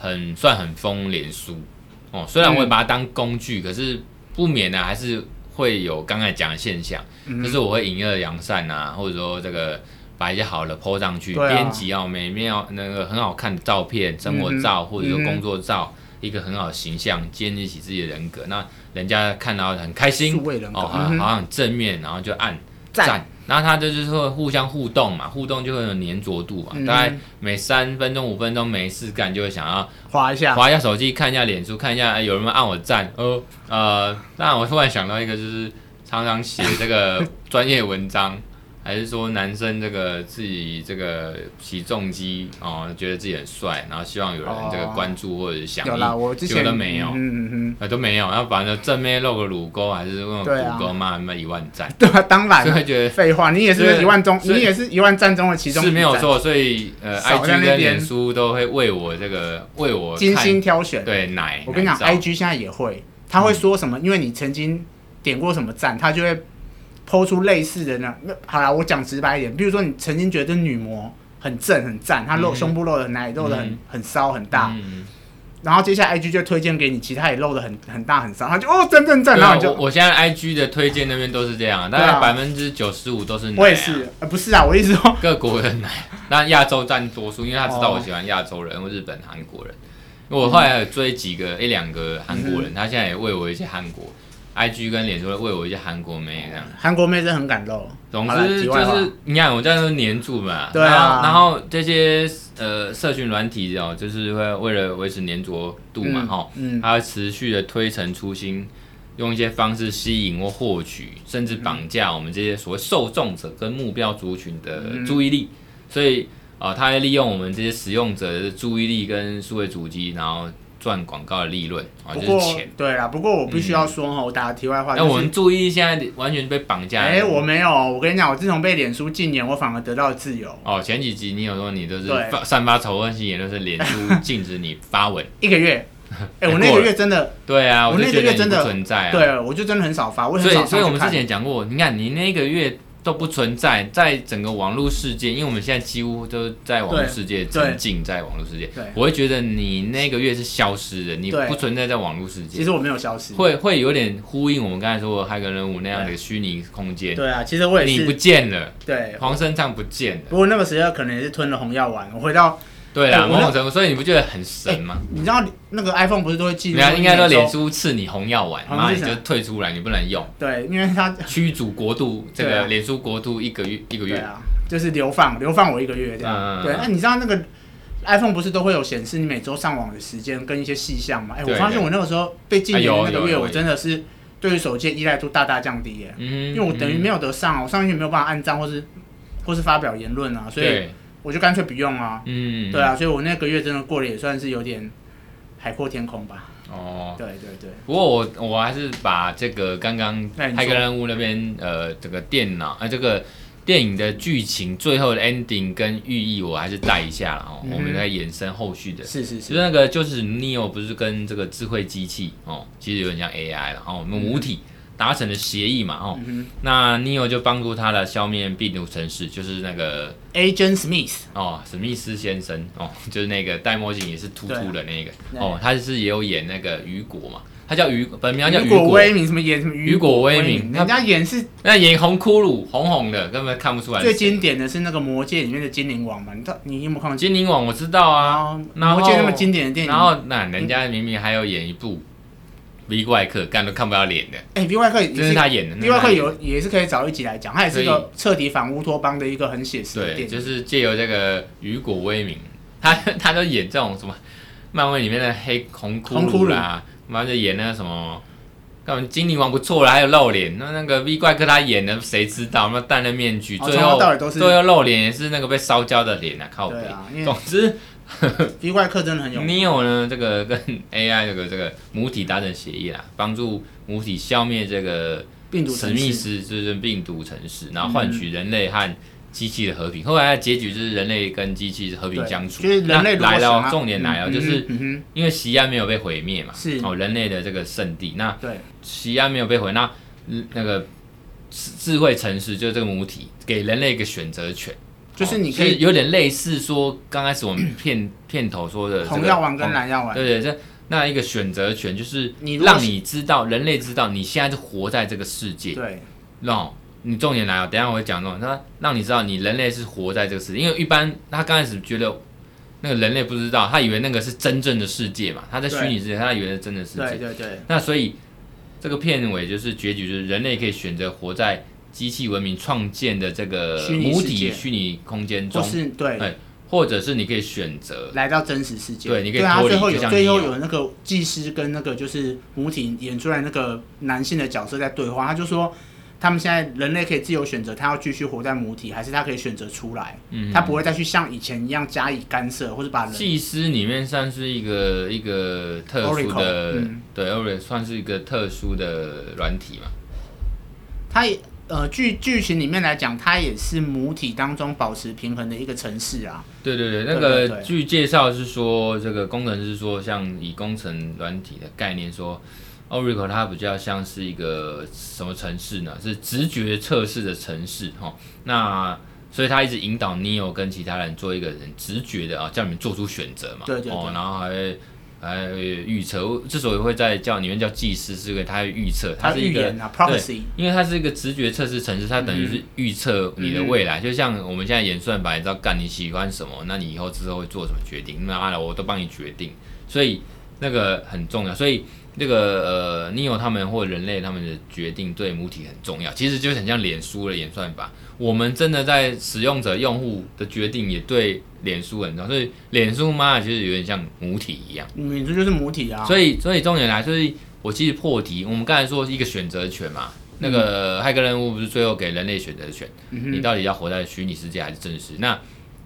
Speaker 1: 很算很疯脸书哦，虽然我也
Speaker 2: 嗯
Speaker 1: 把它当工具，可是不免呢、还
Speaker 2: 嗯
Speaker 1: 啊是会有刚才讲的现象，就是我会隐恶扬善啊，或者说这个把一些好的 PO 上去，
Speaker 2: 对啊
Speaker 1: 编辑要美妙那个很好看的照片、生活照或者说
Speaker 2: 嗯哼
Speaker 1: 工作照，一个很好的形象，建立起自己的人格。那人家看到很开心
Speaker 2: 数，位人格
Speaker 1: 哦，好
Speaker 2: 嗯
Speaker 1: 像
Speaker 2: 哼
Speaker 1: 好像很正面，然后就按
Speaker 2: 赞
Speaker 1: 赞，然后他这就是会互相互动嘛，互动就会有粘着度嘛，
Speaker 2: 嗯
Speaker 1: 大概每三分钟五分钟没事干就会想要
Speaker 2: 划一下，
Speaker 1: 划一下手机，看一下脸书，看一下、哎有人没有按我赞。哦，呃，那我突然想到一个，就是常常写这个 *laughs* 专业文章，还是说男生这个自己这个起重机哦，觉得自己很帅，然后希望有人这个
Speaker 2: 哦
Speaker 1: 关注或者是响
Speaker 2: 有
Speaker 1: 应，
Speaker 2: 啦，我之
Speaker 1: 结
Speaker 2: 前
Speaker 1: 果都没有。
Speaker 2: 嗯嗯嗯，
Speaker 1: 呃，都没有，然后反正正妹露个乳沟，还是那种
Speaker 2: 对啊
Speaker 1: 乳沟，妈他妈一万赞，
Speaker 2: 对啊，当然
Speaker 1: 所以
Speaker 2: 啊
Speaker 1: 会觉得
Speaker 2: 废话，你也
Speaker 1: 所
Speaker 2: 是
Speaker 1: 以
Speaker 2: 一万中，
Speaker 1: 所
Speaker 2: 你
Speaker 1: 以
Speaker 2: 也是一万战中的其中一
Speaker 1: 是没有
Speaker 2: 战，
Speaker 1: 错，所以呃
Speaker 2: 少在
Speaker 1: ，IG 跟
Speaker 2: 那边
Speaker 1: 脸书都会为我这个为我
Speaker 2: 精
Speaker 1: 看
Speaker 2: 心挑选。
Speaker 1: 对奶，
Speaker 2: 我跟你讲
Speaker 1: 奶照
Speaker 2: ，IG 现在也会，他
Speaker 1: 嗯
Speaker 2: 会说什么？因为你曾经点过什么赞，他就会抛出类似的呢。那好啦，我讲直白一点，比如说你曾经觉得女模很正很赞，她露
Speaker 1: 嗯
Speaker 2: 胸部露的奶露的很
Speaker 1: 嗯
Speaker 2: 很骚很大，
Speaker 1: 嗯
Speaker 2: 然后接下来 IG 就推荐给你，其他也露的很很大很骚，他就哦赞赞赞，
Speaker 1: 对
Speaker 2: 然后
Speaker 1: 啊，
Speaker 2: 你就
Speaker 1: 我我现在 IG 的推荐那边都是这样，大
Speaker 2: 对
Speaker 1: 概
Speaker 2: 啊
Speaker 1: 百分之九十五都是奶、
Speaker 2: 我也，是，呃不是啊，我意思说
Speaker 1: 各国的奶， *laughs* 那亚洲占多数，因为他知道
Speaker 2: 哦
Speaker 1: 我喜欢亚洲人、或日本、韩国人。我后来有追几个一两个韩国
Speaker 2: 嗯
Speaker 1: 人，他现在也喂我一些韩国 IG 跟脸书喂我一些韩国妹这样。
Speaker 2: 韩国妹真的很敢露，
Speaker 1: 总
Speaker 2: 好啦
Speaker 1: 之
Speaker 2: 题
Speaker 1: 就
Speaker 2: 外话
Speaker 1: 是你看，我这样都黏住嘛，
Speaker 2: 对啊
Speaker 1: 然后然后这些呃社群软体哦，就是会为了维持粘着度嘛，
Speaker 2: 嗯
Speaker 1: 哈、
Speaker 2: 嗯
Speaker 1: 它会持续的推陈出新，用一些方式吸引或获取，甚至绑架我们这些所谓受众者跟目标族群的
Speaker 2: 嗯
Speaker 1: 注意力，所以啊，呃它会利用我们这些使用者的注意力跟数位主机，然后赚广告的利润啊，
Speaker 2: 不
Speaker 1: 就
Speaker 2: 过
Speaker 1: 是钱。
Speaker 2: 对啦，不过我必须要说哈，我打个题外话，
Speaker 1: 那
Speaker 2: 就
Speaker 1: 我
Speaker 2: 是
Speaker 1: 们注意力现在完全被绑架了。
Speaker 2: 哎、我没有，我跟你讲，我自从被脸书禁言，我反而得到了自由。
Speaker 1: 哦，前几集你有说你都是
Speaker 2: 对
Speaker 1: 发散发仇恨心，也就是脸书
Speaker 2: *laughs*
Speaker 1: 禁止你发文。
Speaker 2: 一个月，
Speaker 1: *laughs*
Speaker 2: 哎、
Speaker 1: 哎
Speaker 2: 我那
Speaker 1: 过
Speaker 2: 个
Speaker 1: 了
Speaker 2: 月真的，
Speaker 1: 对啊，
Speaker 2: 我
Speaker 1: 就
Speaker 2: 那个
Speaker 1: 觉得
Speaker 2: 月
Speaker 1: 你
Speaker 2: 真
Speaker 1: 不
Speaker 2: 的
Speaker 1: 存在啊。
Speaker 2: 对我就真的很少发，我也
Speaker 1: 所
Speaker 2: 很少
Speaker 1: 以，所以我
Speaker 2: 上去
Speaker 1: 们之
Speaker 2: 看。
Speaker 1: 前讲过，你看你那个月都不存在，在整个网络世界，因为我们现在几乎都在网络世界
Speaker 2: 对
Speaker 1: 沉浸在网络世界
Speaker 2: 对，
Speaker 1: 我会觉得你那个月是消失的，你
Speaker 2: 对
Speaker 1: 不存在在网络世
Speaker 2: 其
Speaker 1: 界，
Speaker 2: 实我没有消失。
Speaker 1: 会会有点呼应我们刚才说的骇客任务那样的虚拟空间，
Speaker 2: 对啊，其实我也
Speaker 1: 你不
Speaker 2: 是。
Speaker 1: 见了，
Speaker 2: 对，
Speaker 1: 黄生唱不见了，
Speaker 2: 不过那个时候可能也是吞了红药丸。我回到，
Speaker 1: 对啊，
Speaker 2: 哎我
Speaker 1: 某
Speaker 2: 那
Speaker 1: 种程度，所以你不觉得很神吗？
Speaker 2: 你知道那个 iPhone 不是都会记
Speaker 1: 人
Speaker 2: 录？
Speaker 1: 家应该说脸。书赐你红药丸，
Speaker 2: 好
Speaker 1: 妈
Speaker 2: 那
Speaker 1: 你
Speaker 2: 是
Speaker 1: 就
Speaker 2: 啥
Speaker 1: 退出来，你不能用，
Speaker 2: 对，因为它
Speaker 1: 驱逐国度，这
Speaker 2: 对
Speaker 1: 个
Speaker 2: 啊
Speaker 1: 脸书国度一个月一个
Speaker 2: 对
Speaker 1: 月，
Speaker 2: 啊，就是流放，流放我一个月这
Speaker 1: 嗯
Speaker 2: 样。
Speaker 1: 嗯嗯
Speaker 2: 对，那、啊你知道那个 iPhone 不是都会有显示你每周上网的时间跟一些细项吗？哎、我
Speaker 1: 对
Speaker 2: 发现
Speaker 1: 对
Speaker 2: 我那个时候被禁言
Speaker 1: 哎有
Speaker 2: 的那个
Speaker 1: 有
Speaker 2: 月，
Speaker 1: 有
Speaker 2: 我真的是对于手机的依赖度大大降低耶、
Speaker 1: 嗯
Speaker 2: 因为我等于没有得上啊，我上去没有办法按赞或是或是发表言论啊，所以
Speaker 1: 嗯对
Speaker 2: 我就干脆不用啊。
Speaker 1: 嗯，
Speaker 2: 对啊，所以我那个月真的过得也算是有点海阔天空吧。
Speaker 1: 哦。
Speaker 2: 对对对，
Speaker 1: 不过我我还是把这个刚刚
Speaker 2: 那你说
Speaker 1: 骇客任务那边呃这个电脑呃这个电影的剧情最后的 ending 跟寓意我还是带一下啦哦，
Speaker 2: 嗯哼
Speaker 1: 我们再延伸后续的。
Speaker 2: 是
Speaker 1: 其
Speaker 2: 是
Speaker 1: 实
Speaker 2: 是，
Speaker 1: 那个就是 Neo 不是跟这个智慧机器哦，其实有点像 AI 了哦，我们母体达成了协议嘛哦，
Speaker 2: 嗯
Speaker 1: 那 Neo 就帮助他的消灭病毒城市，就是那个
Speaker 2: 哼，Agent Smith，
Speaker 1: 哦，史密斯先生哦， *laughs* 就是那个戴墨镜也是秃秃的那个
Speaker 2: 对
Speaker 1: 哦，他是也有演那个雨果嘛，他叫雨，本名叫
Speaker 2: 雨
Speaker 1: 雨
Speaker 2: 果
Speaker 1: 果，
Speaker 2: 威明什么演什么雨
Speaker 1: 雨果威明
Speaker 2: 人家演是
Speaker 1: 那演红骷髅，红红的，根本看不出来。
Speaker 2: 最经典的是那个《魔戒》里面的精灵王嘛，你到你有没有看过？
Speaker 1: 精灵王我知道啊，
Speaker 2: 啊，《
Speaker 1: 然后
Speaker 2: 魔戒》那么经典的电影，
Speaker 1: 然后那人家明明还有演一部《V 怪客》，干都看不到脸的，
Speaker 2: 哎，另外一个也
Speaker 1: 这是
Speaker 2: 是
Speaker 1: 他演的。
Speaker 2: 另外
Speaker 1: 那
Speaker 2: 一个
Speaker 1: 是他演的
Speaker 2: 有也是可以找一集来讲，它也是一
Speaker 1: 所
Speaker 2: 个彻底反乌托邦的一个很写实的
Speaker 1: 对，
Speaker 2: 电
Speaker 1: 就
Speaker 2: 影。
Speaker 1: 是借由这个雨果威明， *laughs* 他他都演这种什么漫威里面的黑红骷
Speaker 2: 红骷
Speaker 1: 髅啦，妈就演那个什么。那我们精灵王不错了，还有露脸。那那个 V 怪客他演的，谁知道？那戴了面具，
Speaker 2: 哦
Speaker 1: 最
Speaker 2: 从
Speaker 1: 后
Speaker 2: 头到尾都是
Speaker 1: 最后露脸也是那个被烧焦的嗯脸啊，靠背
Speaker 2: 对。啊，因为
Speaker 1: 总之，
Speaker 2: V 怪客真的很有名。
Speaker 1: Neo 呢，这个跟 AI 这个这个母体达成协议啦，帮助母体消灭这个
Speaker 2: 病毒
Speaker 1: 史
Speaker 2: 城
Speaker 1: 密
Speaker 2: 市，嗯
Speaker 1: 斯就是病毒城市，然后换取人类和机器的和平。后来的结局就是人类跟机器和平
Speaker 2: 对
Speaker 1: 相处。
Speaker 2: 就是人类如
Speaker 1: 那
Speaker 2: 果
Speaker 1: 来了
Speaker 2: 想
Speaker 1: 哦
Speaker 2: 要，
Speaker 1: 重点来了，
Speaker 2: 嗯
Speaker 1: 就是哦
Speaker 2: 嗯哼
Speaker 1: 因为西安没有被毁灭嘛，
Speaker 2: 是
Speaker 1: 哦，人类的这个圣地。那
Speaker 2: 嗯哼对，
Speaker 1: 西安没有被毁，那嗯那个智智慧城市就是这个母体给人类一个选择权，
Speaker 2: 就是
Speaker 1: 哦
Speaker 2: 你可以
Speaker 1: 有点类似说刚开始我们 *coughs* 片片头说的这个
Speaker 2: 红药丸跟蓝药丸，
Speaker 1: 对对，这那一个选择权就是
Speaker 2: 你如果
Speaker 1: 让
Speaker 2: 是
Speaker 1: 你知道，人类知道你现在是活在这个世界，
Speaker 2: 对，
Speaker 1: 那你重点来啊！等一下我会讲这种，他让你知道你人类是活在这个世界，因为一般他刚开始觉得那个人类不知道，他以为那个是真正的世界嘛，他在虚拟世界，他以为是真的世
Speaker 2: 对
Speaker 1: 界。
Speaker 2: 对对，
Speaker 1: 那所以这个片尾就是结局，就是人类可以选择活在机器文明创建的这个
Speaker 2: 虚拟
Speaker 1: 母
Speaker 2: 世界
Speaker 1: 体虚拟空间
Speaker 2: 就
Speaker 1: 中，
Speaker 2: 是对
Speaker 1: 哎或者是你可以选择
Speaker 2: 来到真实世界。
Speaker 1: 对你可以
Speaker 2: 啊，
Speaker 1: 脱离
Speaker 2: 最后有
Speaker 1: 就像
Speaker 2: 最后
Speaker 1: 你有
Speaker 2: 有那个技师跟那个就是母体演出来那个男性的角色在对话，他就说他们现在人类可以自由选择，他要继续活在母体，还是他可以选择出来，
Speaker 1: 嗯
Speaker 2: 他不会再去像以前一样加以干涉，或者把人
Speaker 1: 祭司里面算是一个一个特殊
Speaker 2: Oracle，
Speaker 1: 的，
Speaker 2: 嗯
Speaker 1: 对 o r a 算是一个特殊的软体嘛。
Speaker 2: 他也呃剧剧情里面来讲，它也是母体当中保持平衡的一个城市啊。
Speaker 1: 对对对，那
Speaker 2: 对
Speaker 1: 个
Speaker 2: 对对
Speaker 1: 据介绍是说，这个工程师说，像以工程软体的概念说，Oracle 它比较像是一个什么城市呢？是直觉测试的城市哈、那所以他一直引导 Neo 跟其他人做一个很直觉的啊，叫你们做出选择嘛。
Speaker 2: 对对对
Speaker 1: 哦，然后还会还会预测，之所以会在叫里面叫技师，是因为他会预测，
Speaker 2: 它
Speaker 1: 是一
Speaker 2: 预
Speaker 1: 个
Speaker 2: 言啊
Speaker 1: 对
Speaker 2: ，prophecy，
Speaker 1: 因为它是一个直觉测试程式，它等于是预测你的未来，就像我们现在演算法，你知道干你喜欢什么，那你以后之后会做什么决定，那我都帮你决定，所以那个很重要，所以那个呃，Neo 他们或人类他们的决定对母体很重要，其实就很像脸书的演算法，我们真的在使用者用户的决定也对脸书很重要，所以脸书嘛，其实有点像母体一样。
Speaker 2: 女主就是母体啊。
Speaker 1: 所以，所以重点来，就是我其实破题，我们刚才说一个选择权嘛，那个骇客任务不是最后给人类选择权，你到底要活在虚拟世界还是真实？那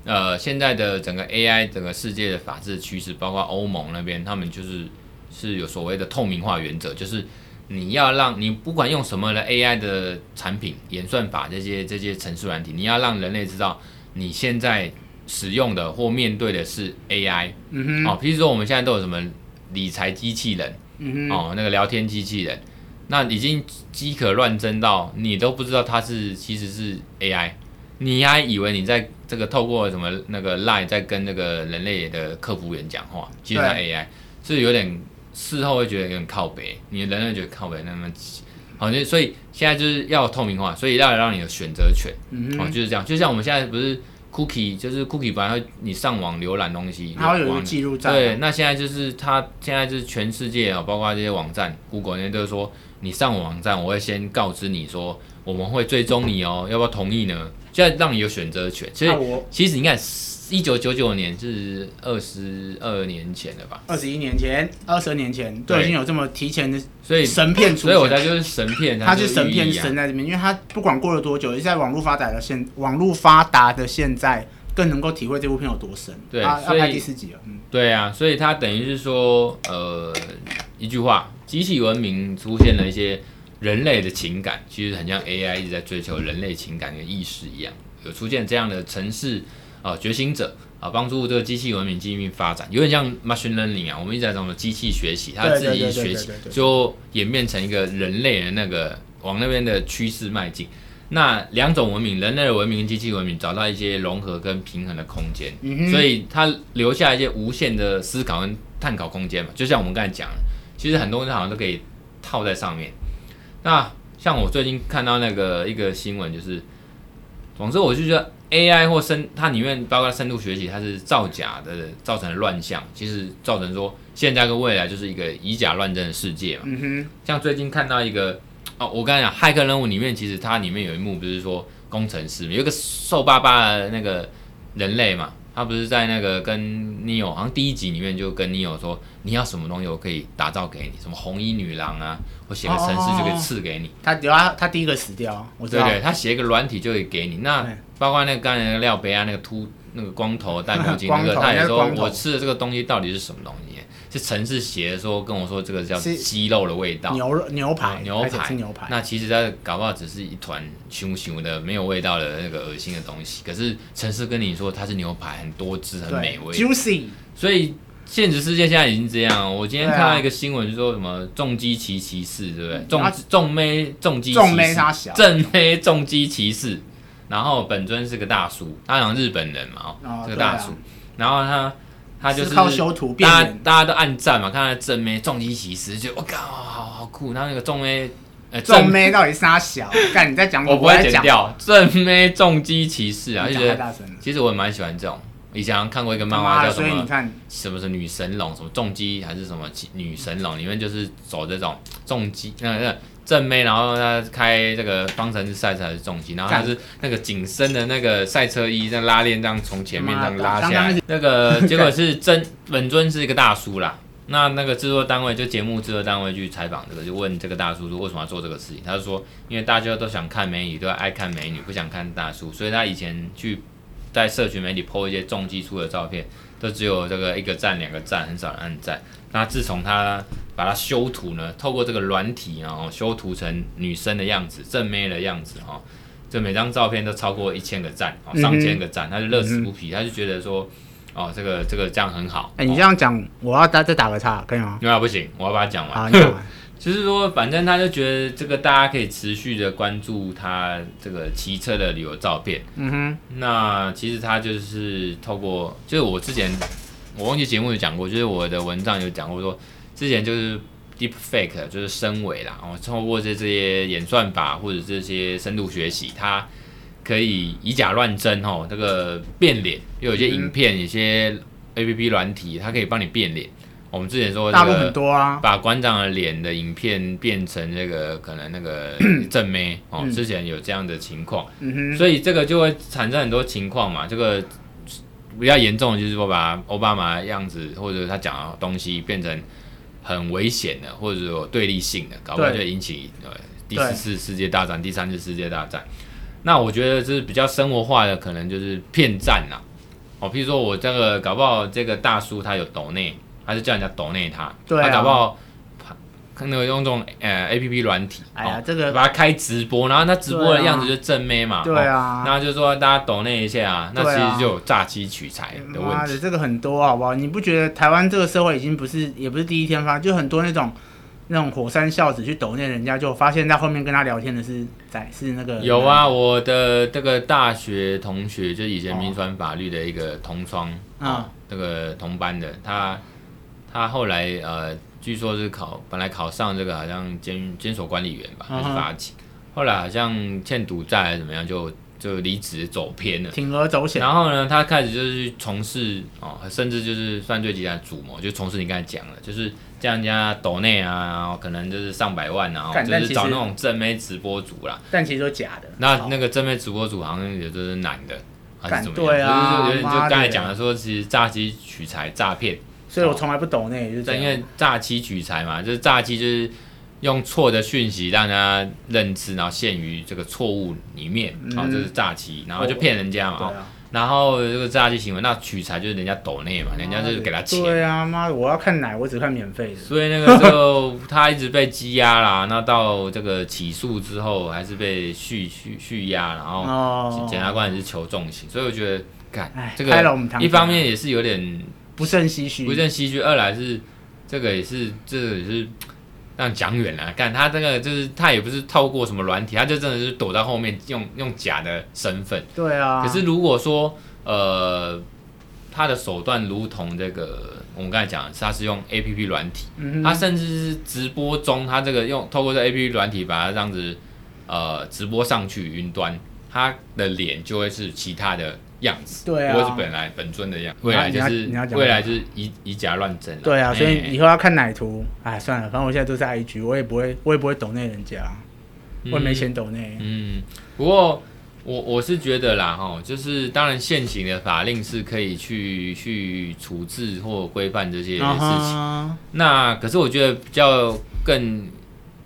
Speaker 1: 呃，现在的整个 AI 整个世界的法治趋势，包括欧盟那边，他们就是是有所谓的透明化原则，就是你要让你不管用什么的 AI 的产品、演算法这些这些程式软体，你要让人类知道你现在使用的或面对的是 AI，
Speaker 2: 嗯哼，
Speaker 1: 哦，譬如说我们现在都有什么理财机器人，
Speaker 2: 嗯
Speaker 1: 哦，那个聊天机器人，那已经饥渴乱真到你都不知道它是其实是 AI，你还以为你在这个透过什么那个 Line 在跟那个人类的客服员讲话，其实它 AI 是有点事后会觉得有点靠北，你的人类觉得靠北那么。好，就所以现在就是要透明化，所以要让你有选择权，
Speaker 2: 嗯
Speaker 1: 哦，就是这样。就像我们现在不是 cookie，就是 cookie 本来会你上网浏览东西，
Speaker 2: 哼，它会有一
Speaker 1: 网
Speaker 2: 个记录在。
Speaker 1: 对，，那现在就是它现在就是全世界啊、包括这些网站，Google 那些都是说，你上网站我会先告知你说，我们会追踪你哦，要不要同意呢？现在让你有选择权。其实
Speaker 2: 那我
Speaker 1: 其实你看，一九九九年是二十二年前了吧？
Speaker 2: 二十一年前、二十二年前都
Speaker 1: 对
Speaker 2: 已经有这么提前的
Speaker 1: 所以
Speaker 2: 神片出
Speaker 1: 所以我
Speaker 2: 现。
Speaker 1: 才就是神片，
Speaker 2: 它
Speaker 1: 就是
Speaker 2: 神片
Speaker 1: 寓意啊
Speaker 2: 神在这边，因为它不管过了多久，也是在网络发达的现网络发达的现在，更能够体会这部片有多深。
Speaker 1: 对
Speaker 2: 它
Speaker 1: 所
Speaker 2: 要
Speaker 1: 以
Speaker 2: 拍第四集了。嗯，
Speaker 1: 对啊，所以它等于是说，呃，一句话，机器文明出现了一些人类的情感，其实很像 AI 一直在追求人类情感跟意识一样，有出现这样的城市啊、呃觉醒者啊，帮助这个机器文明进一步发展，有点像 machine learning 啊，我们一直在讲什么机器学习，它
Speaker 2: 对
Speaker 1: 自己
Speaker 2: 对对对
Speaker 1: 学
Speaker 2: 对
Speaker 1: 习
Speaker 2: 对对
Speaker 1: 就演变成一个人类的那个往那边的趋势迈进。那两种文明，人类的文明跟机器文明，找到一些融合跟平衡的空间。
Speaker 2: 嗯哼
Speaker 1: 所以它留下一些无限的思考跟探讨空间嘛。就像我们刚才讲的，其实很多人好像都可以套在上面。那像我最近看到那个一个新闻，就是，总之我就觉得 AI 或深，它里面包括深度学习，它是造假的，造成的乱象，其实造成说现在跟未来就是一个以假乱真的世界嘛。
Speaker 2: 嗯哼，
Speaker 1: 像最近看到一个哦，我刚才讲《骇客任务》里面，其实它里面有一幕不是说工程师有一个瘦巴巴的那个人类嘛，他不是在那个跟 Neo 好像第一集里面就跟 Neo 说，你要什么东西我可以打造给你，什么红衣女郎啊，我写个程式就可以赐给你。
Speaker 2: 他有他他第一个死掉，哦我知
Speaker 1: 对
Speaker 2: 道。
Speaker 1: 对，他写一个软体就会给你。那
Speaker 2: 对
Speaker 1: 包括那个刚才那个廖北啊，那个秃那个光头戴墨镜
Speaker 2: *laughs* 光
Speaker 1: 那
Speaker 2: 头
Speaker 1: 个，他也说
Speaker 2: 人家是光头
Speaker 1: 我吃的这个东西到底是什么东西？是城市写的说跟我说这个叫
Speaker 2: 是
Speaker 1: 鸡肉的味道，
Speaker 2: 牛肉牛排，
Speaker 1: 啊牛
Speaker 2: 而且
Speaker 1: 排
Speaker 2: 是牛排。
Speaker 1: 那其实它搞不好只是一团熊熊的、没有味道的那个恶心的东西。可是城市跟你说它是牛排，很多汁，很美
Speaker 2: 对
Speaker 1: 味。
Speaker 2: ，juicy，
Speaker 1: 所以现实世界现在已经这样。我今天
Speaker 2: 对啊
Speaker 1: 看到一个新闻，就说什么重击骑骑士，对不对？重
Speaker 2: 啊
Speaker 1: 重妹重击骑
Speaker 2: 重妹
Speaker 1: 士，
Speaker 2: 他小，
Speaker 1: 正妹重击骑士。然后本尊是个大叔，他好像日本人嘛，
Speaker 2: 哦
Speaker 1: 是个
Speaker 2: 对啊
Speaker 1: 大叔。然后他他就是
Speaker 2: 是靠修图变
Speaker 1: 大家
Speaker 2: 脸。
Speaker 1: 哦大家都暗赞嘛，看他正妹重击骑士，就我靠，好好酷。然后那个重妹呃
Speaker 2: 皱
Speaker 1: 正，
Speaker 2: 妹到底
Speaker 1: *laughs*
Speaker 2: 杀小？干你在讲
Speaker 1: 我不
Speaker 2: 我
Speaker 1: 会
Speaker 2: 在
Speaker 1: 剪
Speaker 2: 讲，
Speaker 1: 掉正妹重击骑士啊，
Speaker 2: 你
Speaker 1: 就
Speaker 2: 讲
Speaker 1: 觉
Speaker 2: 太
Speaker 1: 得
Speaker 2: 大声了。
Speaker 1: 其实我也蛮喜欢这种。以前好像看过一个漫
Speaker 2: 妈
Speaker 1: 画
Speaker 2: 的
Speaker 1: 叫什
Speaker 2: 所以你
Speaker 1: 么哦
Speaker 2: 看，
Speaker 1: 什么是女神龙，什么重击还是什么骑女神龙，里面就是走这种重击，那那正妹，然后她开这个方程式赛车还是重击，然后她
Speaker 2: 干
Speaker 1: 是那个紧身的那个赛车衣，这样拉链这样从前面这样拉下
Speaker 2: 妈的
Speaker 1: 来，那个
Speaker 2: *laughs*
Speaker 1: 结果是真本尊是一个大叔啦。那那个制作单位就节目制作单位去采访这个，就问这个大叔说为什么要做这个事情？他就说，因为大家都想看美女，都爱看美女，不想看大叔，所以他以前去在社群媒体 PO 一些重击出的照片，都只有这个一个赞、两个赞，很少人按赞。那自从他把它修图呢，透过这个软体然后修图成女生的样子、正妹的样子哈、哦，这每张照片都超过一千个赞、
Speaker 2: 嗯
Speaker 1: 哦，上千个赞，他就乐此不疲，他就觉得说，哦，这个这个这样很好。
Speaker 2: 哎，你
Speaker 1: 哦
Speaker 2: 这样讲，我要打再打个岔，可以吗？
Speaker 1: 没有啊不行，我要把它讲
Speaker 2: 好，
Speaker 1: *laughs* 完。
Speaker 2: 你讲完。
Speaker 1: 就是说，反正他就觉得这个大家可以持续的关注他这个骑车的旅游照片。
Speaker 2: 嗯哼，
Speaker 1: 那其实他就是透过，就是我之前我忘记节目有讲过，就是我的文章有讲过说，之前就是 deep fake 就是深伪啦，哦，透过这这些演算法或者这些深度学习，它可以以假乱真哦，这个变脸，又有一些影片，有
Speaker 2: 嗯
Speaker 1: 些 A P P 软体，它可以帮你变脸。我们之前说
Speaker 2: 大
Speaker 1: 这
Speaker 2: 陆很
Speaker 1: 个
Speaker 2: 多啊，
Speaker 1: 把馆长的脸的影片变成那个可能那
Speaker 2: *clears throat*
Speaker 1: 个正妹哦，之前有这样的情况。
Speaker 2: 嗯
Speaker 1: 所以这个就会产生很多情况嘛。这个比较严重的就是说，把奥巴马的样子或者他讲的东西变成很危险的，或者有对立性的，搞不好就
Speaker 2: 对
Speaker 1: 引起呃第
Speaker 2: 对
Speaker 1: 四次世界大战、第三次世界大战。那我觉得这是比较生活化的，可能就是骗战啦、哦，譬如说我这个搞不好这个大叔他有抖内，他就叫人家抖内他，
Speaker 2: 对啊
Speaker 1: 他搞不好看那个用这种呃 A P P 软体，
Speaker 2: 哎呀
Speaker 1: 哦
Speaker 2: 这个
Speaker 1: 把它开直播，然后他直播
Speaker 2: 对
Speaker 1: 的
Speaker 2: 啊
Speaker 1: 样子就是正妹嘛，
Speaker 2: 哼，对
Speaker 1: 哦
Speaker 2: 啊。
Speaker 1: 那就说大家懂那一下啊，那
Speaker 2: 对啊
Speaker 1: 其实就有诈欺取财的
Speaker 2: 妈
Speaker 1: 哎问
Speaker 2: 的，
Speaker 1: 题。
Speaker 2: 这个很多好不好？你不觉得台湾这个社会已经不是也不是第一天发，就很多那种那种火山孝子去抖念人家，就发现在后面跟他聊天的是在是那个
Speaker 1: 有啊，我的这个大学同学，就是以前
Speaker 2: 哦
Speaker 1: 民传法律的一个同窗
Speaker 2: 嗯
Speaker 1: 啊，这个同班的，他他后来呃，据说是考本来考上这个好像监监所管理员吧，还
Speaker 2: 嗯
Speaker 1: 是
Speaker 2: 哼
Speaker 1: 法警，后来好像欠赌债还是怎么样，就就离职走偏了。
Speaker 2: 铤而走险，
Speaker 1: 然后呢，他开始就是去从事哦，甚至就是犯罪集团主谋，就从事你刚才讲的，就是叫人家抖内啊，然后可能就是上百万啊，
Speaker 2: 干
Speaker 1: 就
Speaker 2: 但
Speaker 1: 是
Speaker 2: 其
Speaker 1: 找
Speaker 2: 实
Speaker 1: 那种正妹直播主啦。
Speaker 2: 但其实都假的。
Speaker 1: 那
Speaker 2: 好
Speaker 1: 那个正妹直播主好像也就是男的，还
Speaker 2: 干
Speaker 1: 是怎么样？
Speaker 2: 对啊
Speaker 1: 就是有点就
Speaker 2: 妈的
Speaker 1: 刚才讲的说，其实诈欺取财、诈骗，
Speaker 2: 所以我从来不抖那，就是这
Speaker 1: 对，因
Speaker 2: 样
Speaker 1: 为诈欺取财嘛，就是诈欺就是用错的讯息让大家认知，然后陷于这个错误里面，然后这是诈欺，然后就骗人家嘛。
Speaker 2: 嗯
Speaker 1: 哦
Speaker 2: 对啊，
Speaker 1: 然后这个诈欺行为，那取财就是人家抖内嘛，人家就是给他钱，
Speaker 2: 啊对啊，妈的，我要看奶，我只看免费的。
Speaker 1: 所以那个就他一直被羁押啦。那到这个起诉之后，还是被续续续押，然后
Speaker 2: 哦，
Speaker 1: 检察官也是求重刑，所以我觉得，干
Speaker 2: 哎
Speaker 1: 这
Speaker 2: 开了
Speaker 1: 个
Speaker 2: 我们堂
Speaker 1: 一方面也是有点
Speaker 2: 不胜唏嘘
Speaker 1: 不。胜唏嘘，二来是这个也是这个也是。让讲远了，干他这个就是他也不是透过什么软体，他就真的是躲在后面用用假的身份，
Speaker 2: 对啊，
Speaker 1: 可是如果说呃，他的手段如同这个我们刚才讲的，他是用 A P P 软体，
Speaker 2: 嗯
Speaker 1: 他甚至是直播中，他这个用透过这 A P P 软体把它这样子呃直播上去云端，他的脸就会是其他的样子，
Speaker 2: 对啊
Speaker 1: 不会是本来本尊的样，未来就
Speaker 2: 你要
Speaker 1: 是
Speaker 2: 你要讲
Speaker 1: 未来就是以以假乱真啦
Speaker 2: 对啊，所以
Speaker 1: 哎
Speaker 2: 以后要看奶图，哎，算了，反正我现在都是 IG，我也不会，我也不会抖那人家，我也没钱抖那。
Speaker 1: 嗯，不过我我是觉得啦，哈，就是当然现行的法令是可以去去处置或规范这些事情。
Speaker 2: 啊哈，
Speaker 1: 那可是我觉得比较更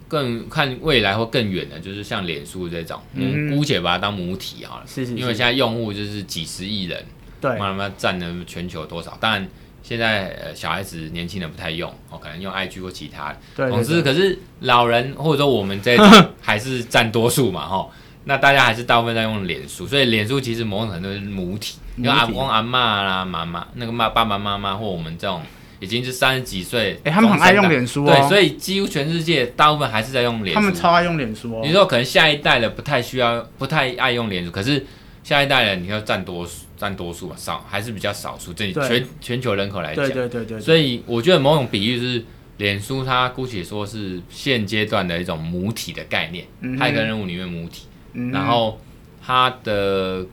Speaker 1: 更看未来或更远的，就是像脸书这种，
Speaker 2: 嗯
Speaker 1: 嗯，姑且把它当母体好了，
Speaker 2: 是是是
Speaker 1: 因为现啊在用户就是几十亿人，
Speaker 2: 对，
Speaker 1: 妈妈占了全球多少？当然。现在呃，小孩子、年轻人不太用哦，可能用 IG 或其他的。
Speaker 2: 对
Speaker 1: 总
Speaker 2: 对
Speaker 1: 之，
Speaker 2: 对
Speaker 1: 可是老人或者说我们这
Speaker 2: *laughs*
Speaker 1: 一种还是占多数嘛，吼。那大家还是大部分在用脸书，所以脸书其实某种程度是母体，因为阿
Speaker 2: 母体
Speaker 1: 公阿妈啦、妈妈那个妈爸爸妈妈或我们这种已经是三十几岁，
Speaker 2: 哎他们很爱
Speaker 1: 中生代
Speaker 2: 用脸书哦
Speaker 1: 对，所以几乎全世界大部分还是在用脸书。
Speaker 2: 他们超爱用脸书
Speaker 1: 你
Speaker 2: 哦，
Speaker 1: 说可能下一代的不太需要，不太爱用脸书，可是下一代人你要占多数，占多数嘛，少还是比较少数，这
Speaker 2: 对
Speaker 1: 全全球人口来讲
Speaker 2: 对，对对对，
Speaker 1: 所以我觉得某种比喻是脸书它姑且说是现阶段的一种母体的概念，
Speaker 2: 嗯哼
Speaker 1: 它一个任务里面母体，
Speaker 2: 嗯
Speaker 1: 然后它的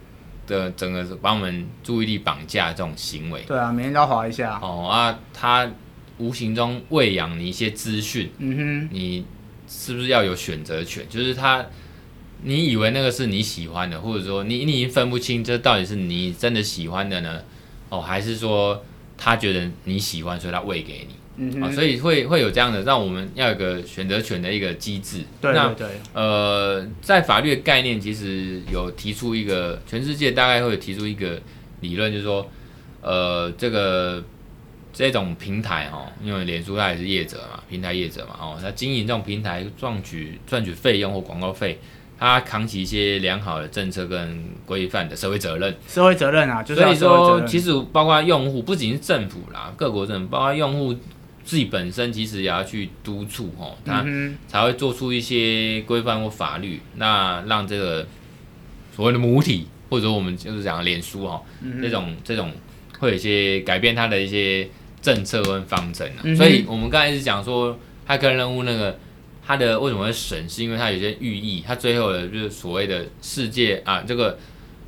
Speaker 1: 的整个把我们注意力绑架这种行为，
Speaker 2: 对啊，每天都要划一下。
Speaker 1: 哦啊，它无形中喂养你一些资讯，
Speaker 2: 嗯
Speaker 1: 你是不是要有选择权？就是它，你以为那个是你喜欢的，或者说你你已经分不清这到底是你真的喜欢的呢，哦，还是说他觉得你喜欢，所以他喂给你。
Speaker 2: 哼，嗯
Speaker 1: 啊、
Speaker 2: 哼，
Speaker 1: 所以会会有这样的，让我们要有个选择权的一个机制。
Speaker 2: 对
Speaker 1: 那
Speaker 2: 对对，
Speaker 1: 呃，在法律的概念其实有提出一个，全世界大概会有提出一个理论，就是说，呃，这个这种平台哈、哦，因为脸书它也是业者嘛，平台业者嘛，哦，它经营这种平台赚取赚取费用或广告费，它扛起一些良好的政策跟规范的社会责任。
Speaker 2: 社会责任啊，就是
Speaker 1: 所
Speaker 2: 要
Speaker 1: 以
Speaker 2: 社会责
Speaker 1: 说，
Speaker 2: 任。
Speaker 1: 其实包括用户，不仅是政府啦，各国政府，包括用户自己本身，其实也要去督促哦，他
Speaker 2: 嗯
Speaker 1: 才会做出一些规范或法律，那让这个所谓的母体，或者我们就是讲脸书哈、哦，
Speaker 2: 嗯
Speaker 1: 这种这种会有一些改变它的一些政策跟方针啊。
Speaker 2: 嗯哼
Speaker 1: 所以我们刚才一直讲说，骇客任务那个。它的为什么会审，是因为它有些寓意，它最后的就是所谓的世界啊，这个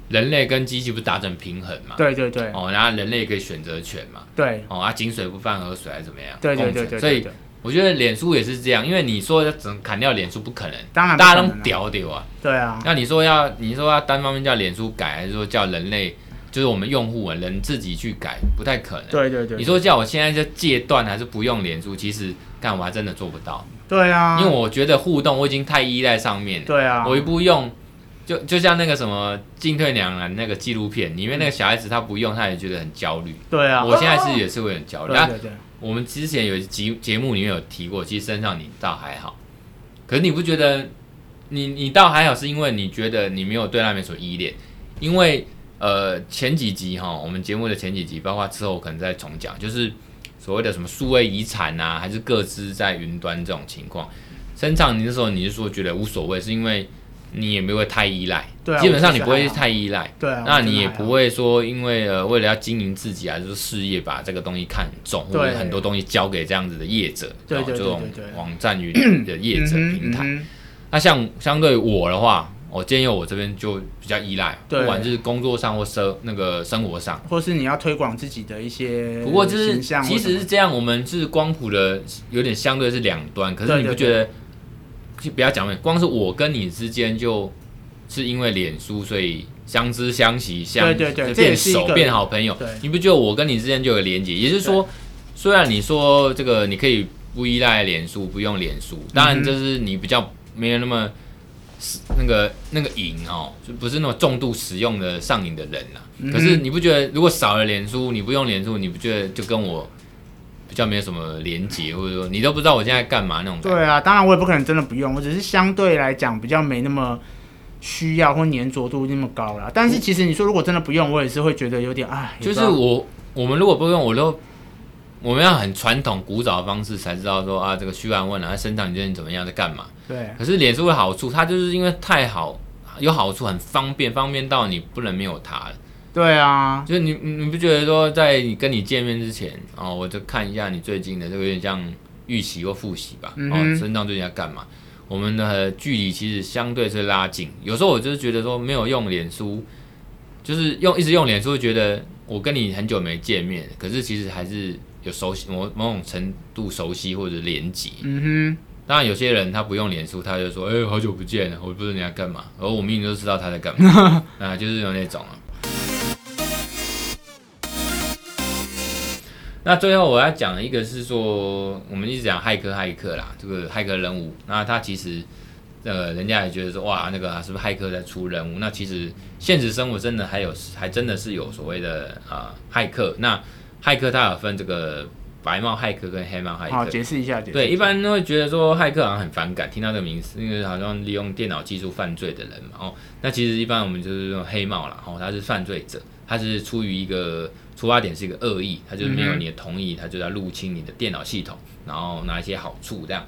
Speaker 1: 人类跟机器不是达成平衡嘛
Speaker 2: 哼，？对对对
Speaker 1: 哦，然后人类可以选择权嘛，
Speaker 2: 对
Speaker 1: 哦啊，井水不犯河水还是怎么样？
Speaker 2: 对对
Speaker 1: 共
Speaker 2: 对
Speaker 1: 存
Speaker 2: 对，
Speaker 1: 所以
Speaker 2: 对
Speaker 1: 我觉得脸书也是这样，因为你说要整砍掉脸书不可能，
Speaker 2: 当然不
Speaker 1: 大
Speaker 2: 可
Speaker 1: 家
Speaker 2: 能
Speaker 1: 都
Speaker 2: 啊
Speaker 1: 屌屌啊。
Speaker 2: 对啊，
Speaker 1: 那你说要你说要单方面叫脸书改，还是说叫人类，就是我们用户啊人自己去改，不太可能。
Speaker 2: 对对对，
Speaker 1: 你说叫我现在就戒断还是不用脸书，其实干我还真的做不到，
Speaker 2: 对啊，
Speaker 1: 因为我觉得互动我已经太依赖上面了。
Speaker 2: 对啊，
Speaker 1: 我一不用，就就像那个什么进退两难那个纪录片里面那个小孩子，他不用他也觉得很焦虑。
Speaker 2: 对啊，
Speaker 1: 我现在是也是会很焦虑。
Speaker 2: 对
Speaker 1: 那
Speaker 2: 对对，
Speaker 1: 我们之前有一集节目里面有提过，其实身上你倒还好，可是你不觉得你你倒还好，是因为你觉得你没有对那边所依恋，因为呃前几集哈，我们节目的前几集，包括之后我可能再重讲，就是所谓的什么数位遗产啊，还是各自在云端这种情况，身上你那时候你是说觉得无所谓，是因为你也没有太依赖，
Speaker 2: 对啊
Speaker 1: 基本上你不
Speaker 2: 我
Speaker 1: 会
Speaker 2: 觉得还好
Speaker 1: 太依赖。
Speaker 2: 对啊，
Speaker 1: 那你也不会
Speaker 2: 会，
Speaker 1: 说，因为呃，为了要经营自己啊，就是事业，把这个东西看很重，或
Speaker 2: 对
Speaker 1: 者很多东西交给这样子的业者，
Speaker 2: 对对
Speaker 1: 这
Speaker 2: 对
Speaker 1: 种
Speaker 2: 对对
Speaker 1: 网站与的业者
Speaker 2: 嗯哼
Speaker 1: 平台。
Speaker 2: 嗯哼
Speaker 1: 那像相对于我的话，我建议我这边就比较依赖，
Speaker 2: 对
Speaker 1: 不管是工作上或生那个生活上。
Speaker 2: 或是你要推广自己的一些
Speaker 1: 不过就是
Speaker 2: 形象或
Speaker 1: 其
Speaker 2: 什么
Speaker 1: 实是这样，我们是光谱的有点相对是两端，可是
Speaker 2: 对
Speaker 1: 你不
Speaker 2: 对
Speaker 1: 觉得？就不要讲了，光是我跟你之间就是因为脸书，所以相知相惜，相
Speaker 2: 对对对
Speaker 1: 就
Speaker 2: 这也
Speaker 1: 变
Speaker 2: 是一
Speaker 1: 熟
Speaker 2: 个
Speaker 1: 变好朋友
Speaker 2: 对。
Speaker 1: 你不觉得我跟你之间就有连接？也就是说，虽然你说这个你可以不依赖脸书，不用脸
Speaker 2: 嗯
Speaker 1: 书，当然这是你比较没有那么。那个那个瘾哦，就不是那种重度使用的上瘾的人啦、
Speaker 2: 嗯哼
Speaker 1: 可是你不觉得，如果少了脸书，你不用脸书，你不觉得就跟我比较没有什么连结，或者说你都不知道我现在干嘛那种感觉？
Speaker 2: 对啊，当然我也不可能真的不用，我只是相对来讲比较没那么需要或粘着度那么高啦。但是其实你说如果真的不用，我也是会觉得有点哎，也
Speaker 1: 就
Speaker 2: 不知
Speaker 1: 是
Speaker 2: 道
Speaker 1: 我我们如果不用，我都我们要很传统古早的方式才知道说啊，这个嘘寒问暖，他身上你最近怎么样，在干嘛？
Speaker 2: 对
Speaker 1: 可是脸书的好处，它就是因为太好，有好处，很方便，方便到你不能没有它了。
Speaker 2: 对啊，
Speaker 1: 就是你你不觉得说，在你跟你见面之前，哦，我就看一下你最近的，这个有点像预习或复习吧，
Speaker 2: 嗯
Speaker 1: 哦，
Speaker 2: 哼
Speaker 1: 身上最近在干嘛？我们的距离其实相对是拉近。有时候我就是觉得说，没有用脸书，就是用一直用脸书，觉得我跟你很久没见面，可是其实还是有熟悉某某种程度熟悉或者连结。
Speaker 2: 嗯
Speaker 1: 当然，有些人他不用脸书，他就说：“哎、好久不见了，我不知道你在干嘛。”而我明明就知道他在干嘛，啊，就是有那种啊。那最后我要讲的一个是说，我们一直讲骇客骇客啦，这个骇客任务，那他其实呃，人家也觉得说哇，那个是不是骇客在出任务？那其实现实生活真的还有，还真的是有所谓的啊、骇客。那骇客它有分这个白帽骇客跟黑帽骇
Speaker 2: 哼，
Speaker 1: 客，
Speaker 2: 好，解释一下，解释
Speaker 1: 对，一般都会觉得说骇客好像很反感，听到这个名词，因为好像利用电脑技术犯罪的人嘛。哦，那其实一般我们就是用黑帽啦，哦，他是犯罪者，他是出于一个出发点是一个恶意，他就是没有你的同意，他就要入侵你的电脑系统，然后拿一些好处这样。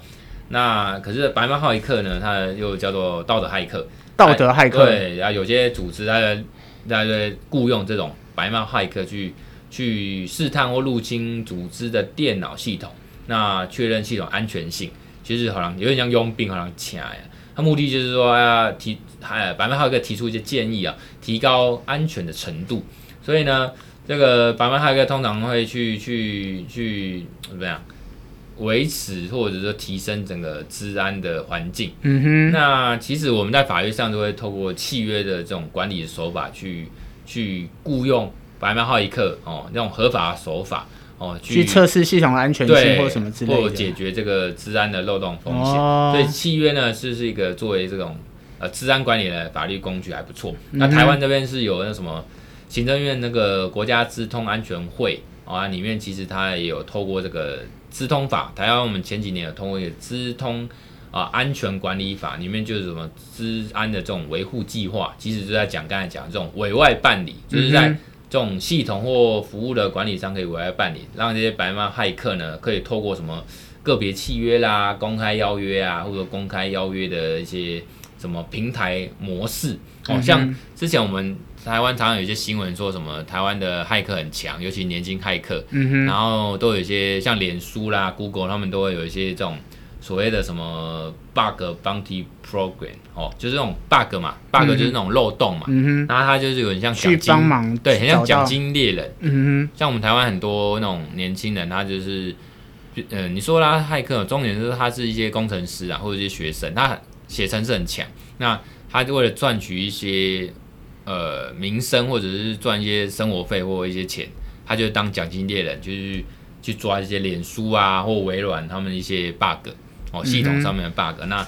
Speaker 1: 那可是白帽骇客呢，他又叫做道德骇客，
Speaker 2: 道德骇客，
Speaker 1: 哎对，啊然后有些组织它在它在雇佣这种白帽骇客去去试探或入侵组织的电脑系统，那确认系统安全性，其实好像有点像佣兵，好像请来。它目的就是说要提，还白曼哈克提出一些建议啊，提高安全的程度。所以呢，这个白曼哈克通常会去去去怎么样维持或者说提升整个治安的环境。
Speaker 2: 嗯
Speaker 1: 那其实我们在法律上都会透过契约的这种管理的手法去去雇佣白曼浩一克哦，那种合法手法哦
Speaker 2: 哼，去测试系统的安全性
Speaker 1: 对
Speaker 2: 或什么之类
Speaker 1: 或
Speaker 2: 的。
Speaker 1: 解决这个治安的漏洞风险。
Speaker 2: 哦
Speaker 1: 所以契约呢是是一个作为这种呃治安管理的法律工具还不错。
Speaker 2: 嗯
Speaker 1: 那台湾这边是有那什么行政院那个国家资通安全会哦啊，里面其实它也有透过这个资通法，台湾我们前几年有通过一个资通。啊，安全管理法里面就是什么治安的这种维护计划，其实就在讲刚才讲的这种委外办理，就是在
Speaker 2: 嗯
Speaker 1: 这种系统或服务的管理商可以委外办理，让这些白马骇客呢，可以透过什么个别契约啦、公开邀约啊，或者公开邀约的一些什么平台模式，哦，
Speaker 2: 嗯哼
Speaker 1: 像之前我们台湾常常有一些新闻说什么台湾的骇客很强，尤其年轻骇客，
Speaker 2: 嗯
Speaker 1: 然后都有一些像脸书啦、Google，他们都会有一些这种所谓的什么 bug bounty program 哦，就是这种 bug 嘛，bug 就是那种漏洞嘛，
Speaker 2: 哼，嗯哼，
Speaker 1: 然后它就是有点像
Speaker 2: 去
Speaker 1: 奖金
Speaker 2: 帮，忙
Speaker 1: 对，很像
Speaker 2: 找到
Speaker 1: 奖，金猎人，
Speaker 2: 嗯
Speaker 1: 像我们台湾很多那种年轻人，他就是，呃，你说他骇客，重点就是他是一些工程师啊，或者一些学生，他写程式很强，那他就为了赚取一些呃名声，或者是赚一些生活费或一些钱，他就当奖金猎人，就是去抓一些脸书啊或微软他们一些 bug 哦，系统上面
Speaker 2: 嗯
Speaker 1: 的 bug、那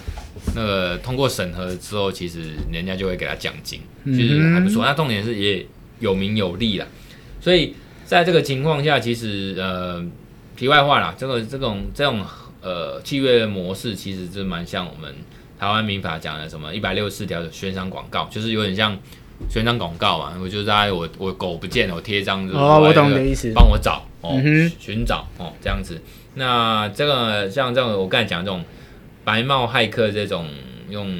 Speaker 1: 那个通过审核之后，其实人家就会给他奖金，
Speaker 2: 嗯哼
Speaker 1: 就是还不错。那重点是也有名有利啦，所以在这个情况下，其实呃，题外话啦，这个这种这种呃契约模式，其实就蛮像我们台湾民法讲的什么一百六十四条的宣商广告，就是有点像宣商广告嘛。我就在我我狗不见了，我贴一张就是
Speaker 2: 哦
Speaker 1: 说
Speaker 2: 我
Speaker 1: 哎
Speaker 2: 懂
Speaker 1: 这个
Speaker 2: 你的意思
Speaker 1: 帮我找哦
Speaker 2: 嗯，哼
Speaker 1: 寻找哦这样子。那这个像这种我刚才讲的这种白帽骇客这种用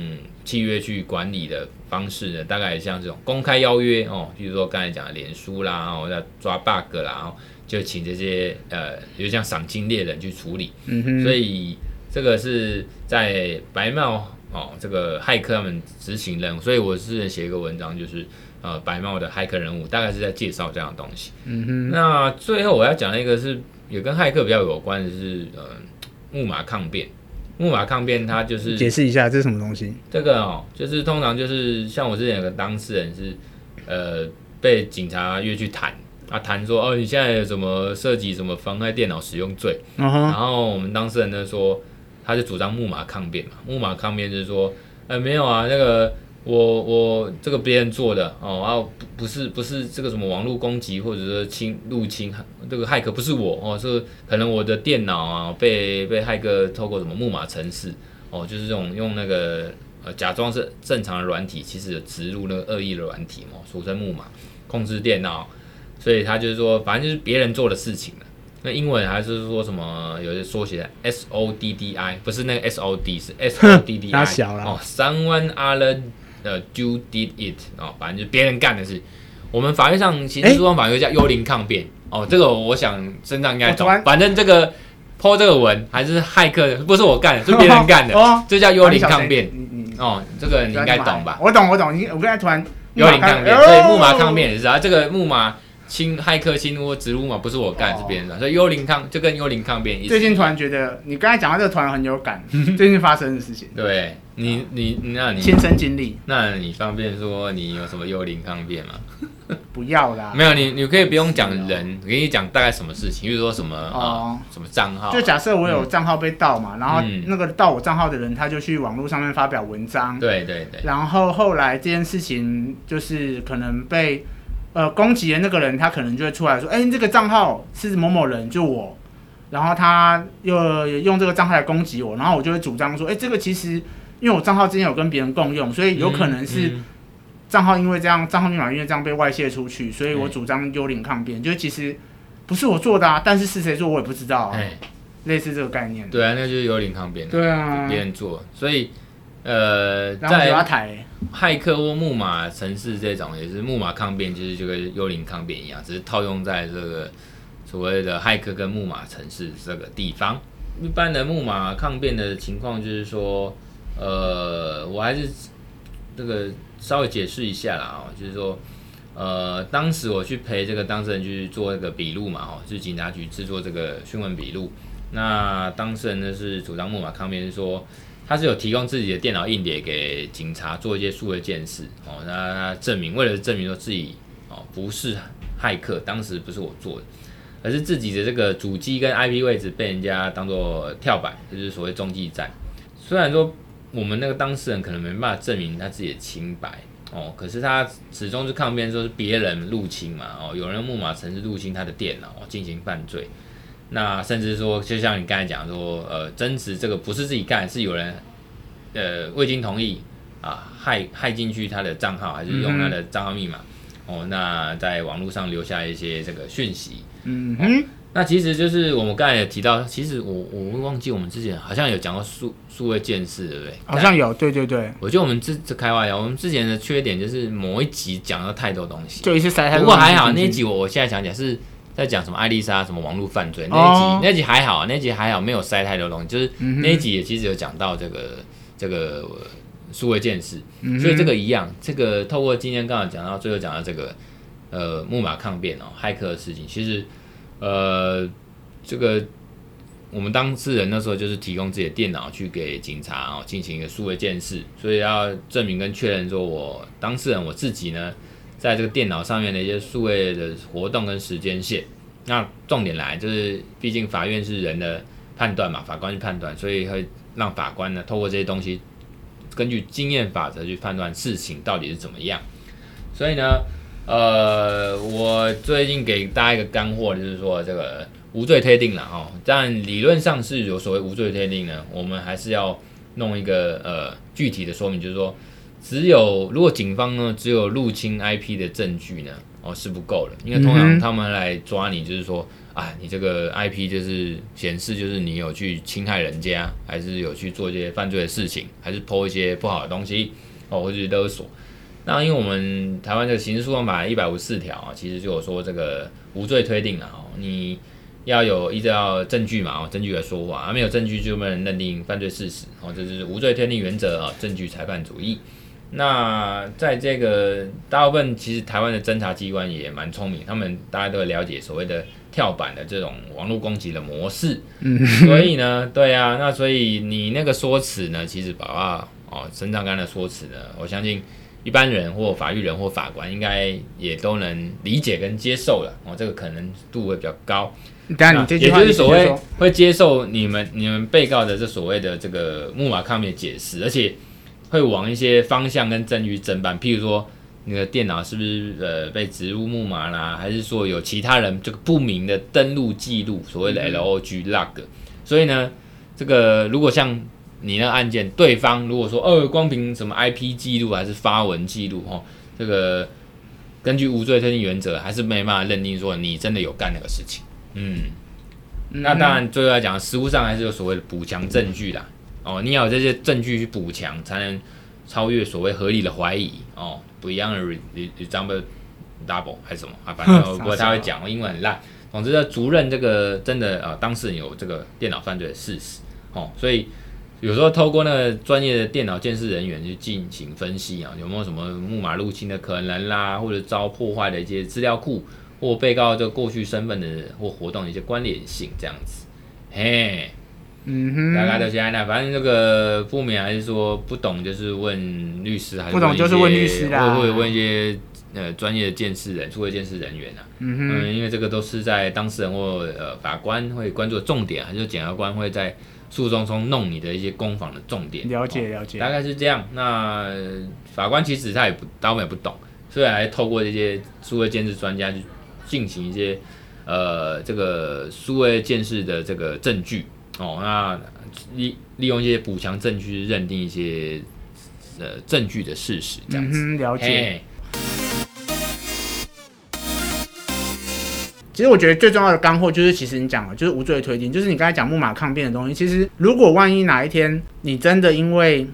Speaker 1: 契约去管理的方式呢，大概像这种公开邀约哦，比如说刚才讲的脸书啦，哦要抓 bug 啦，然后就请这些呃，就像赏金猎人去处理。
Speaker 2: 嗯哼，
Speaker 1: 所以这个是在白帽哦，这个骇客他们执行任务，所以我之前写一个文章，就是呃白帽的骇客人物，大概是在介绍这样的东西。
Speaker 2: 嗯哼，
Speaker 1: 那最后我要讲的一个是也跟骇客比较有关的是，呃，木马抗辩。木马抗辩它就是
Speaker 2: 解释一下这是什么东西？
Speaker 1: 这个哦，就是通常就是像我之前有个当事人是，呃，被警察约去谈，啊谈说哦你现在有什么涉及什么妨碍电脑使用罪，
Speaker 2: 嗯哼，
Speaker 1: 然后我们当事人呢说，他就主张木马抗辩嘛，木马抗辩就是说，呃，没有啊，那个我我这个别人做的哦，啊不不是不是这个什么网络攻击或者说侵入侵这个骇客不是我哦，是可能我的电脑啊被被骇客透过什么木马程式哦，就是这种用那个呃假装是正常的软体，其实有植入那个恶意的软体嘛，俗称木马控制电脑，所以他就是说，反正就是别人做的事情了。那英文还是说什么？有些缩写 S O D D I，不是那个 S O D，是
Speaker 2: *laughs*
Speaker 1: S O D D
Speaker 2: 拉
Speaker 1: I。
Speaker 2: 小啦
Speaker 1: 哦，Someone other 呃 do did it 哦，反正就是别人干的事。我们法律上刑事诉讼法有一个叫幽灵抗辩哦，这个我想身上应该懂
Speaker 2: 我突然。
Speaker 1: 反正这个 Po 这个文还是骇客，不是我干的，是别人干的，
Speaker 2: *laughs* 哦，
Speaker 1: 这叫幽灵抗辩
Speaker 2: 你你
Speaker 1: 哦，这个你应该懂吧？
Speaker 2: 我懂，我懂。你我刚才突然
Speaker 1: 幽灵抗辩，
Speaker 2: 哦
Speaker 1: 所以木马抗辩也是啊。这个木马侵骇客侵入植入木马不是我干，
Speaker 2: 哦
Speaker 1: 是别人的，所以幽灵抗就跟幽灵抗辩一
Speaker 2: 最
Speaker 1: 起。
Speaker 2: 近突然觉得你刚才讲到这个突然很有
Speaker 1: *laughs*
Speaker 2: 感，最近发生的事情，
Speaker 1: 对你你那你
Speaker 2: 亲身经历，
Speaker 1: 那你方便说你有什么幽灵抗辩吗？
Speaker 2: 不
Speaker 1: *laughs*
Speaker 2: 要啦。
Speaker 1: 没有，你你可以不用讲
Speaker 2: 啊是哦
Speaker 1: 人，我跟你讲大概什么事情，比如说什么啊
Speaker 2: 哦
Speaker 1: 什么账号啊，
Speaker 2: 就假设我有账号被盗嘛，然后
Speaker 1: 嗯
Speaker 2: 那个盗我账号的人，他就去网络上面发表文章，
Speaker 1: 对对对，
Speaker 2: 然后后来这件事情就是可能被呃攻击的那个人，他可能就会出来说，哎、这个账号是某某人，就我。然后他又用这个账号来攻击我，然后我就会主张说，哎、这个其实因为我账号之前有跟别人共用，所以有可能是
Speaker 1: 嗯
Speaker 2: 账号因为这样，账号密码因为这样被外泄出去，所以我主张幽灵抗辩，就是其实不是我做的啊，但是是谁做我也不知道
Speaker 1: 嗯
Speaker 2: 啊，
Speaker 1: 哎，
Speaker 2: 类似这个概念。
Speaker 1: 对啊，那就是幽灵抗辩，
Speaker 2: 对啊
Speaker 1: 别，人做，所以呃，
Speaker 2: 然后我
Speaker 1: 在
Speaker 2: 就要抬，
Speaker 1: 骇客或木马城市这种也是木马抗辩，就是就跟幽灵抗辩一样，只是套用在这个所谓的骇客跟木马城市这个地方。一般的木马抗辩的情况就是说，呃，我还是这个稍微解释一下啦哦，就是说，呃，当时我去陪这个当事人去做这个笔录嘛，哦，是警察局制作这个讯问笔录。那当事人呢是主张木马抗辩是说，他是有提供自己的电脑硬碟给警察做一些数位鉴识哦，那他证明为了证明说自己哦不是骇客，当时不是我做的。而是自己的这个主机跟 IP 位置被人家当做跳板，就是所谓中继站。虽然说我们那个当事人可能没办法证明他自己的清白哦，可是他始终是抗辩说是别人入侵嘛，哦，有人木马城市入侵他的电脑、哦、进行犯罪，那甚至说就像你刚才讲说，呃，争执这个不是自己干，是有人呃未经同意啊害害进去他的账号，还是用他的账号密码、哦，那在网络上留下一些这个讯息。
Speaker 2: 嗯哼，
Speaker 1: 那其实就是我们刚才也提到，其实我我忘记我们之前好像有讲过数数位见识，对不对？
Speaker 2: 好像有，对对嗯对，
Speaker 1: 我觉得我们之这开玩笑，我们之前的缺点就是某一集讲了太多东西。
Speaker 2: 就一次哎塞太多
Speaker 1: 不过还好
Speaker 2: 进去
Speaker 1: 那一集我我现在想起来是在讲什么艾丽莎什么网络犯罪那一集，
Speaker 2: 哦
Speaker 1: 那一集还好，那一集还好没有塞太多东西，就是
Speaker 2: 嗯哼
Speaker 1: 那一集也其实有讲到这个这个呃数位见识，
Speaker 2: 嗯哼
Speaker 1: 所以这个一样，这个透过今天刚好讲到，最后讲到这个呃木马抗辩哦，骇客的事情，其实呃这个我们当事人那时候就是提供自己的电脑去给警察哦进行一个数位鉴识，所以要证明跟确认说我当事人我自己呢，在这个电脑上面的一些数位的活动跟时间线。那重点来就是，毕竟法院是人的判断嘛，法官去判断，所以会让法官呢透过这些东西根据经验法则去判断事情到底是怎么样。所以呢，呃，我最近给大家一个干货，就是说这个无罪推定了哦。但理论上是有所谓无罪推定呢，我们还是要弄一个呃具体的说明，就是说只有如果警方呢只有入侵 IP 的证据呢，哦是不够的，因为通
Speaker 2: 嗯
Speaker 1: 常
Speaker 2: 哼
Speaker 1: 他们来抓你就是说。啊，你这个 IP 就是显示就是你有去侵害人家，还是有去做一些犯罪的事情，还是抛一些不好的东西哦，或者是勒索。那因为我们台湾的刑事诉讼法一百五十四条啊，其实就有说这个无罪推定啊，哦你要有依照证据嘛，哦，证据来说话，啊，没有证据就不能认定犯罪事实，哦，这就是无罪推定原则啊，证据裁判主义。那在这个大部分其实台湾的侦查机关也蛮聪明，他们大家都了解所谓的跳板的这种网络攻击的模式，嗯，所以呢，对啊，那所以你那个说辞呢，其实把爸哦伸长干的说辞呢，我相信一般人或法律人或法官应该也都能理解跟接受了，哦，这个可能度会比较高。
Speaker 2: 但你这句话
Speaker 1: 也就是所谓
Speaker 2: 说
Speaker 1: 会接受你们你们被告的这所谓的这个木马抗辩解释，而且会往一些方向跟证据侦办，譬如说你的电脑是不是呃被植入木马啦，还是说有其他人这个不明的登录记录，所谓的
Speaker 2: 嗯
Speaker 1: LOG log，、所以呢，这个如果像你那个案件，对方如果说呃光凭什么 IP 记录还是发文记录哦，这个根据无罪推定原则，还是没办法认定说你真的有干那个事情，嗯。那当然，最后来讲，实物上还是有所谓的补强证据啦。哦，你要有这些证据去补强，才能超越所谓合理的怀疑。哦，不一样的 re- re- resemble double 还是什么啊？反正我不过他会讲，我英文很烂。总之呢，足认这个真的呃，当事人有这个电脑犯罪的事实。哦，所以有时候透过那个专业的电脑监视人员去进行分析啊，有没有什么木马入侵的可能啦，或者遭破坏的一些资料库，或被告这过去身份的或活动的一些关联性这样子。嘿，
Speaker 2: 嗯哼，
Speaker 1: 大概就是这样。反正这个不免还是说不懂，就是问律师，还是
Speaker 2: 不懂
Speaker 1: 一
Speaker 2: 就是
Speaker 1: 些
Speaker 2: 问律师啦
Speaker 1: 或者问一些呃专业的鉴识人、社会鉴识人员啊。
Speaker 2: 嗯哼，
Speaker 1: 嗯，因为这个都是在当事人或呃法官会关注的重点，还啊是检察官会在诉讼中弄你的一些攻防的重点。
Speaker 2: 了
Speaker 1: 哦
Speaker 2: 解了解
Speaker 1: 大，概是这样。那呃法官其实他也不，他们也不懂，所以还透过这些数位鉴识专家去进行一些呃这个数位鉴识的这个证据哦，那利利用一些补强证据去认定一些呃证据的事实这样
Speaker 2: 嗯
Speaker 1: 子。
Speaker 2: 哼，了解。
Speaker 1: 嘿
Speaker 2: 其实我觉得最重要的干货就是，其实你讲了，就是无罪推定，就是你刚才讲木马抗辩的东西。其实如果万一哪一天你真的因为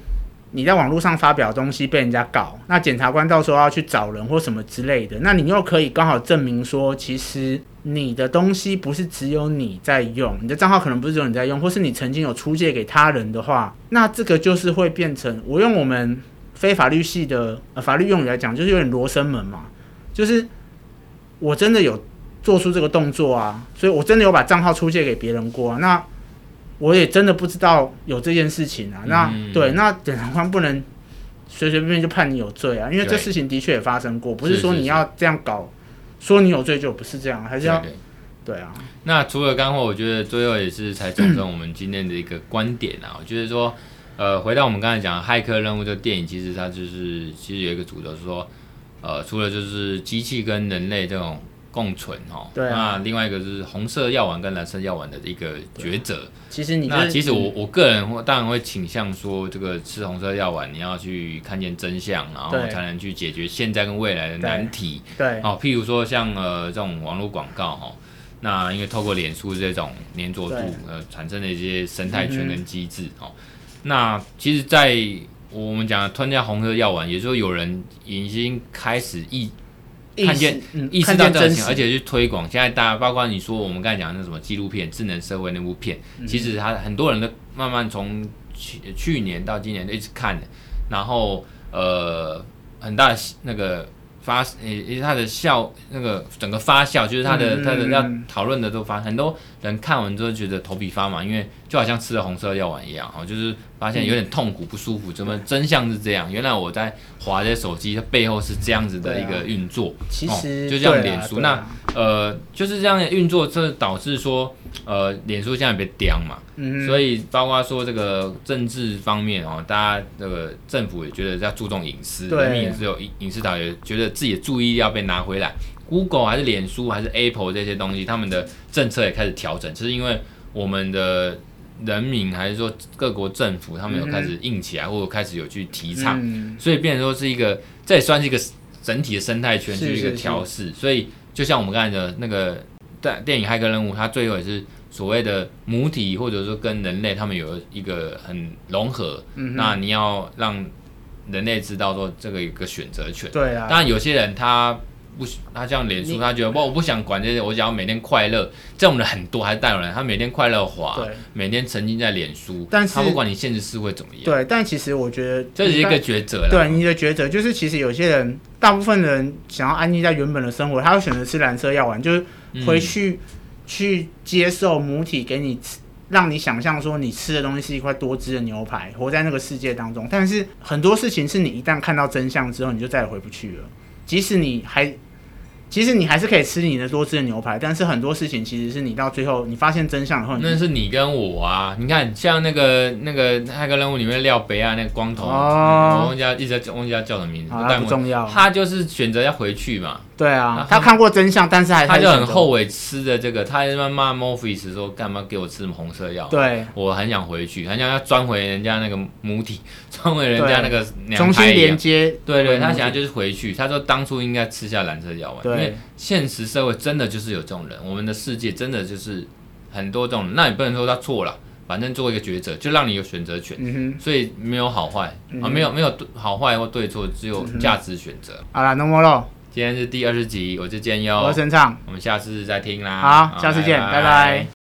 Speaker 2: 你在网络上发表的东西被人家告，那检察官到时候要去找人或什么之类的，那你又可以刚好证明说，其实你的东西不是只有你在用，你的账号可能不是只有你在用，或是你曾经有出借给他人的话，那这个就是会变成我用我们非法律系的、呃、法律用语来讲，就是有点罗生门嘛，就是我真的有做出这个动作啊，所以我真的有把账号出借给别人过、啊，那。我也真的不知道有这件事情啊。那、
Speaker 1: 嗯
Speaker 2: 对，那检察官不能随随便便就判你有罪啊，因为这
Speaker 1: 对
Speaker 2: 事情的确也发生过，不是
Speaker 1: 是
Speaker 2: 说
Speaker 1: 是
Speaker 2: 你
Speaker 1: 是
Speaker 2: 要这样搞，说你有罪就不是这样，还是要
Speaker 1: 对对
Speaker 2: 对啊，
Speaker 1: 那除了干货，我觉得最后也是才讲中我们今天的一个观点啊。我觉得说，呃，回到我们刚才讲《骇客任务》这个电影，其实它就是其实有一个主轴是说，呃，除了就是机器跟人类这种共存哦，
Speaker 2: 对
Speaker 1: 那
Speaker 2: 啊
Speaker 1: 另外一个就是红色药丸跟蓝色药丸的一个抉择。
Speaker 2: 其实你、就是、
Speaker 1: 那其实我我个人会当然会倾向说，这个吃红色药丸，你要去看见真相，然后
Speaker 2: 对
Speaker 1: 才能去解决现在跟未来的难题。
Speaker 2: 对
Speaker 1: 哦，譬如说像呃这种网络广告哦，那因为透过脸书这种粘着度
Speaker 2: 对，
Speaker 1: 呃产生的一些生态
Speaker 2: 嗯
Speaker 1: 圈
Speaker 2: 哼
Speaker 1: 跟机制、哦，那其实，在我们讲的吞下红色药丸，也就是说有人已经开始意看见
Speaker 2: 嗯
Speaker 1: 意识
Speaker 2: 看
Speaker 1: 到
Speaker 2: 见
Speaker 1: 这个事
Speaker 2: 真
Speaker 1: 情，
Speaker 2: 实，
Speaker 1: 而且去推广。现在大家包括你说我们刚才讲的那什么纪录片《智能社会》那部片，
Speaker 2: 嗯
Speaker 1: 其实他很多人都慢慢从去去年到今年都一直看，然后呃很大的那个发，呃也它的效那个整个发酵，就是它的
Speaker 2: 嗯
Speaker 1: 它的
Speaker 2: 嗯
Speaker 1: 要
Speaker 2: 嗯
Speaker 1: 讨论的都发，很多人看完之后觉得头皮发麻，因为就好像吃了红色药丸一样，哦，就是发现有点痛苦不舒服，怎么真相是这样？原来我在划这手机，它背后是这样子的一
Speaker 2: 对啊
Speaker 1: 个运作。
Speaker 2: 其实、
Speaker 1: 哦就像
Speaker 2: 对啊
Speaker 1: 脸书
Speaker 2: 对啊
Speaker 1: 呃，就是这样的运作，这导致说，呃，脸书现在被刁嘛，
Speaker 2: 嗯哼
Speaker 1: 所以包括说这个政治方面哦，大家这个政府也觉得要注重隐私，
Speaker 2: 对
Speaker 1: 人民也是有隐隐私导，也觉得自己的注意力要被拿回来。Google 还是脸书还是 Apple 这些东西，他们的政策也开始调整，就是因为我们的人民还是说各国政府他们有开始硬起来，或者开始有去提倡。
Speaker 2: 嗯
Speaker 1: 所以变成说是一个，这也算是一个整体的生态圈，
Speaker 2: 是
Speaker 1: 就是一个
Speaker 2: 是是
Speaker 1: 调试。所以就像我们刚才的那个电电影《骇客任务》，它最后也是所谓的母体或者说跟人类他们有一个很融合。
Speaker 2: 嗯哼
Speaker 1: 那你要让人类知道说这个有个选择权。
Speaker 2: 对啊，
Speaker 1: 当然，有些人他不喜，他像脸书，
Speaker 2: 你
Speaker 1: 他觉得不，我不想管这些，我想要每天快乐。这种人很多，还是大有人，他每天快乐滑
Speaker 2: 对，
Speaker 1: 每天沉浸在脸书，
Speaker 2: 但是
Speaker 1: 他不管你现实是会怎么样，
Speaker 2: 对，但其实我觉得
Speaker 1: 这是一
Speaker 2: 应该
Speaker 1: 个抉择啦。
Speaker 2: 对你的抉择，就是其实有些人，大部分人想要安逸在原本的生活，他会选择吃蓝色药丸，就是
Speaker 1: 嗯
Speaker 2: 回去、去接受母体给你吃，让你想象说你吃的东西是一块多汁的牛排，活在那个世界当中。但是很多事情是你一旦看到真相之后，你就再也回不去了。即使你还，即使你还是可以吃你的多汁的牛排，但是很多事情其实是你到最后你发现真相以后，
Speaker 1: 那
Speaker 2: 哦你
Speaker 1: 是你跟我啊！你看，像那个那个《骇客任务》里面廖北亚那个光头，
Speaker 2: 哦
Speaker 1: 我忘记他一直在忘记他叫什么名字，
Speaker 2: 好那
Speaker 1: 但
Speaker 2: 不
Speaker 1: 我
Speaker 2: 重要。
Speaker 1: 他就是选择要回去嘛，
Speaker 2: 对
Speaker 1: 他
Speaker 2: 啊，他看过真相，但是还
Speaker 1: 他就很
Speaker 2: 后
Speaker 1: 后悔吃的这个，他还在骂 Morpheus 说干嘛给我吃什么红色药？
Speaker 2: 对。
Speaker 1: 我很想回去，很想要钻回人家那个母体， *laughs* 钻回人家那个娘
Speaker 2: 重新
Speaker 1: 胎一
Speaker 2: 连
Speaker 1: 样。
Speaker 2: 接，
Speaker 1: 对对，
Speaker 2: 回母
Speaker 1: 他想要就是回去。他说当初应该吃下蓝色药丸，因为
Speaker 2: 对
Speaker 1: 现实社会真的就是有这种人，我们的世界真的就是很多这种人。那也不能说他错了，反正做一个抉择，就让你有选择权。
Speaker 2: 嗯
Speaker 1: 所以没有好坏、啊，
Speaker 2: 嗯
Speaker 1: 没有没有对好坏或对错，只有价值选择。
Speaker 2: 哼，好了，No more 喽，
Speaker 1: 今天是第二十集，我是建佑
Speaker 2: 我，是陈畅，
Speaker 1: 我们下次再听啦。
Speaker 2: 好下次见拜拜
Speaker 1: 拜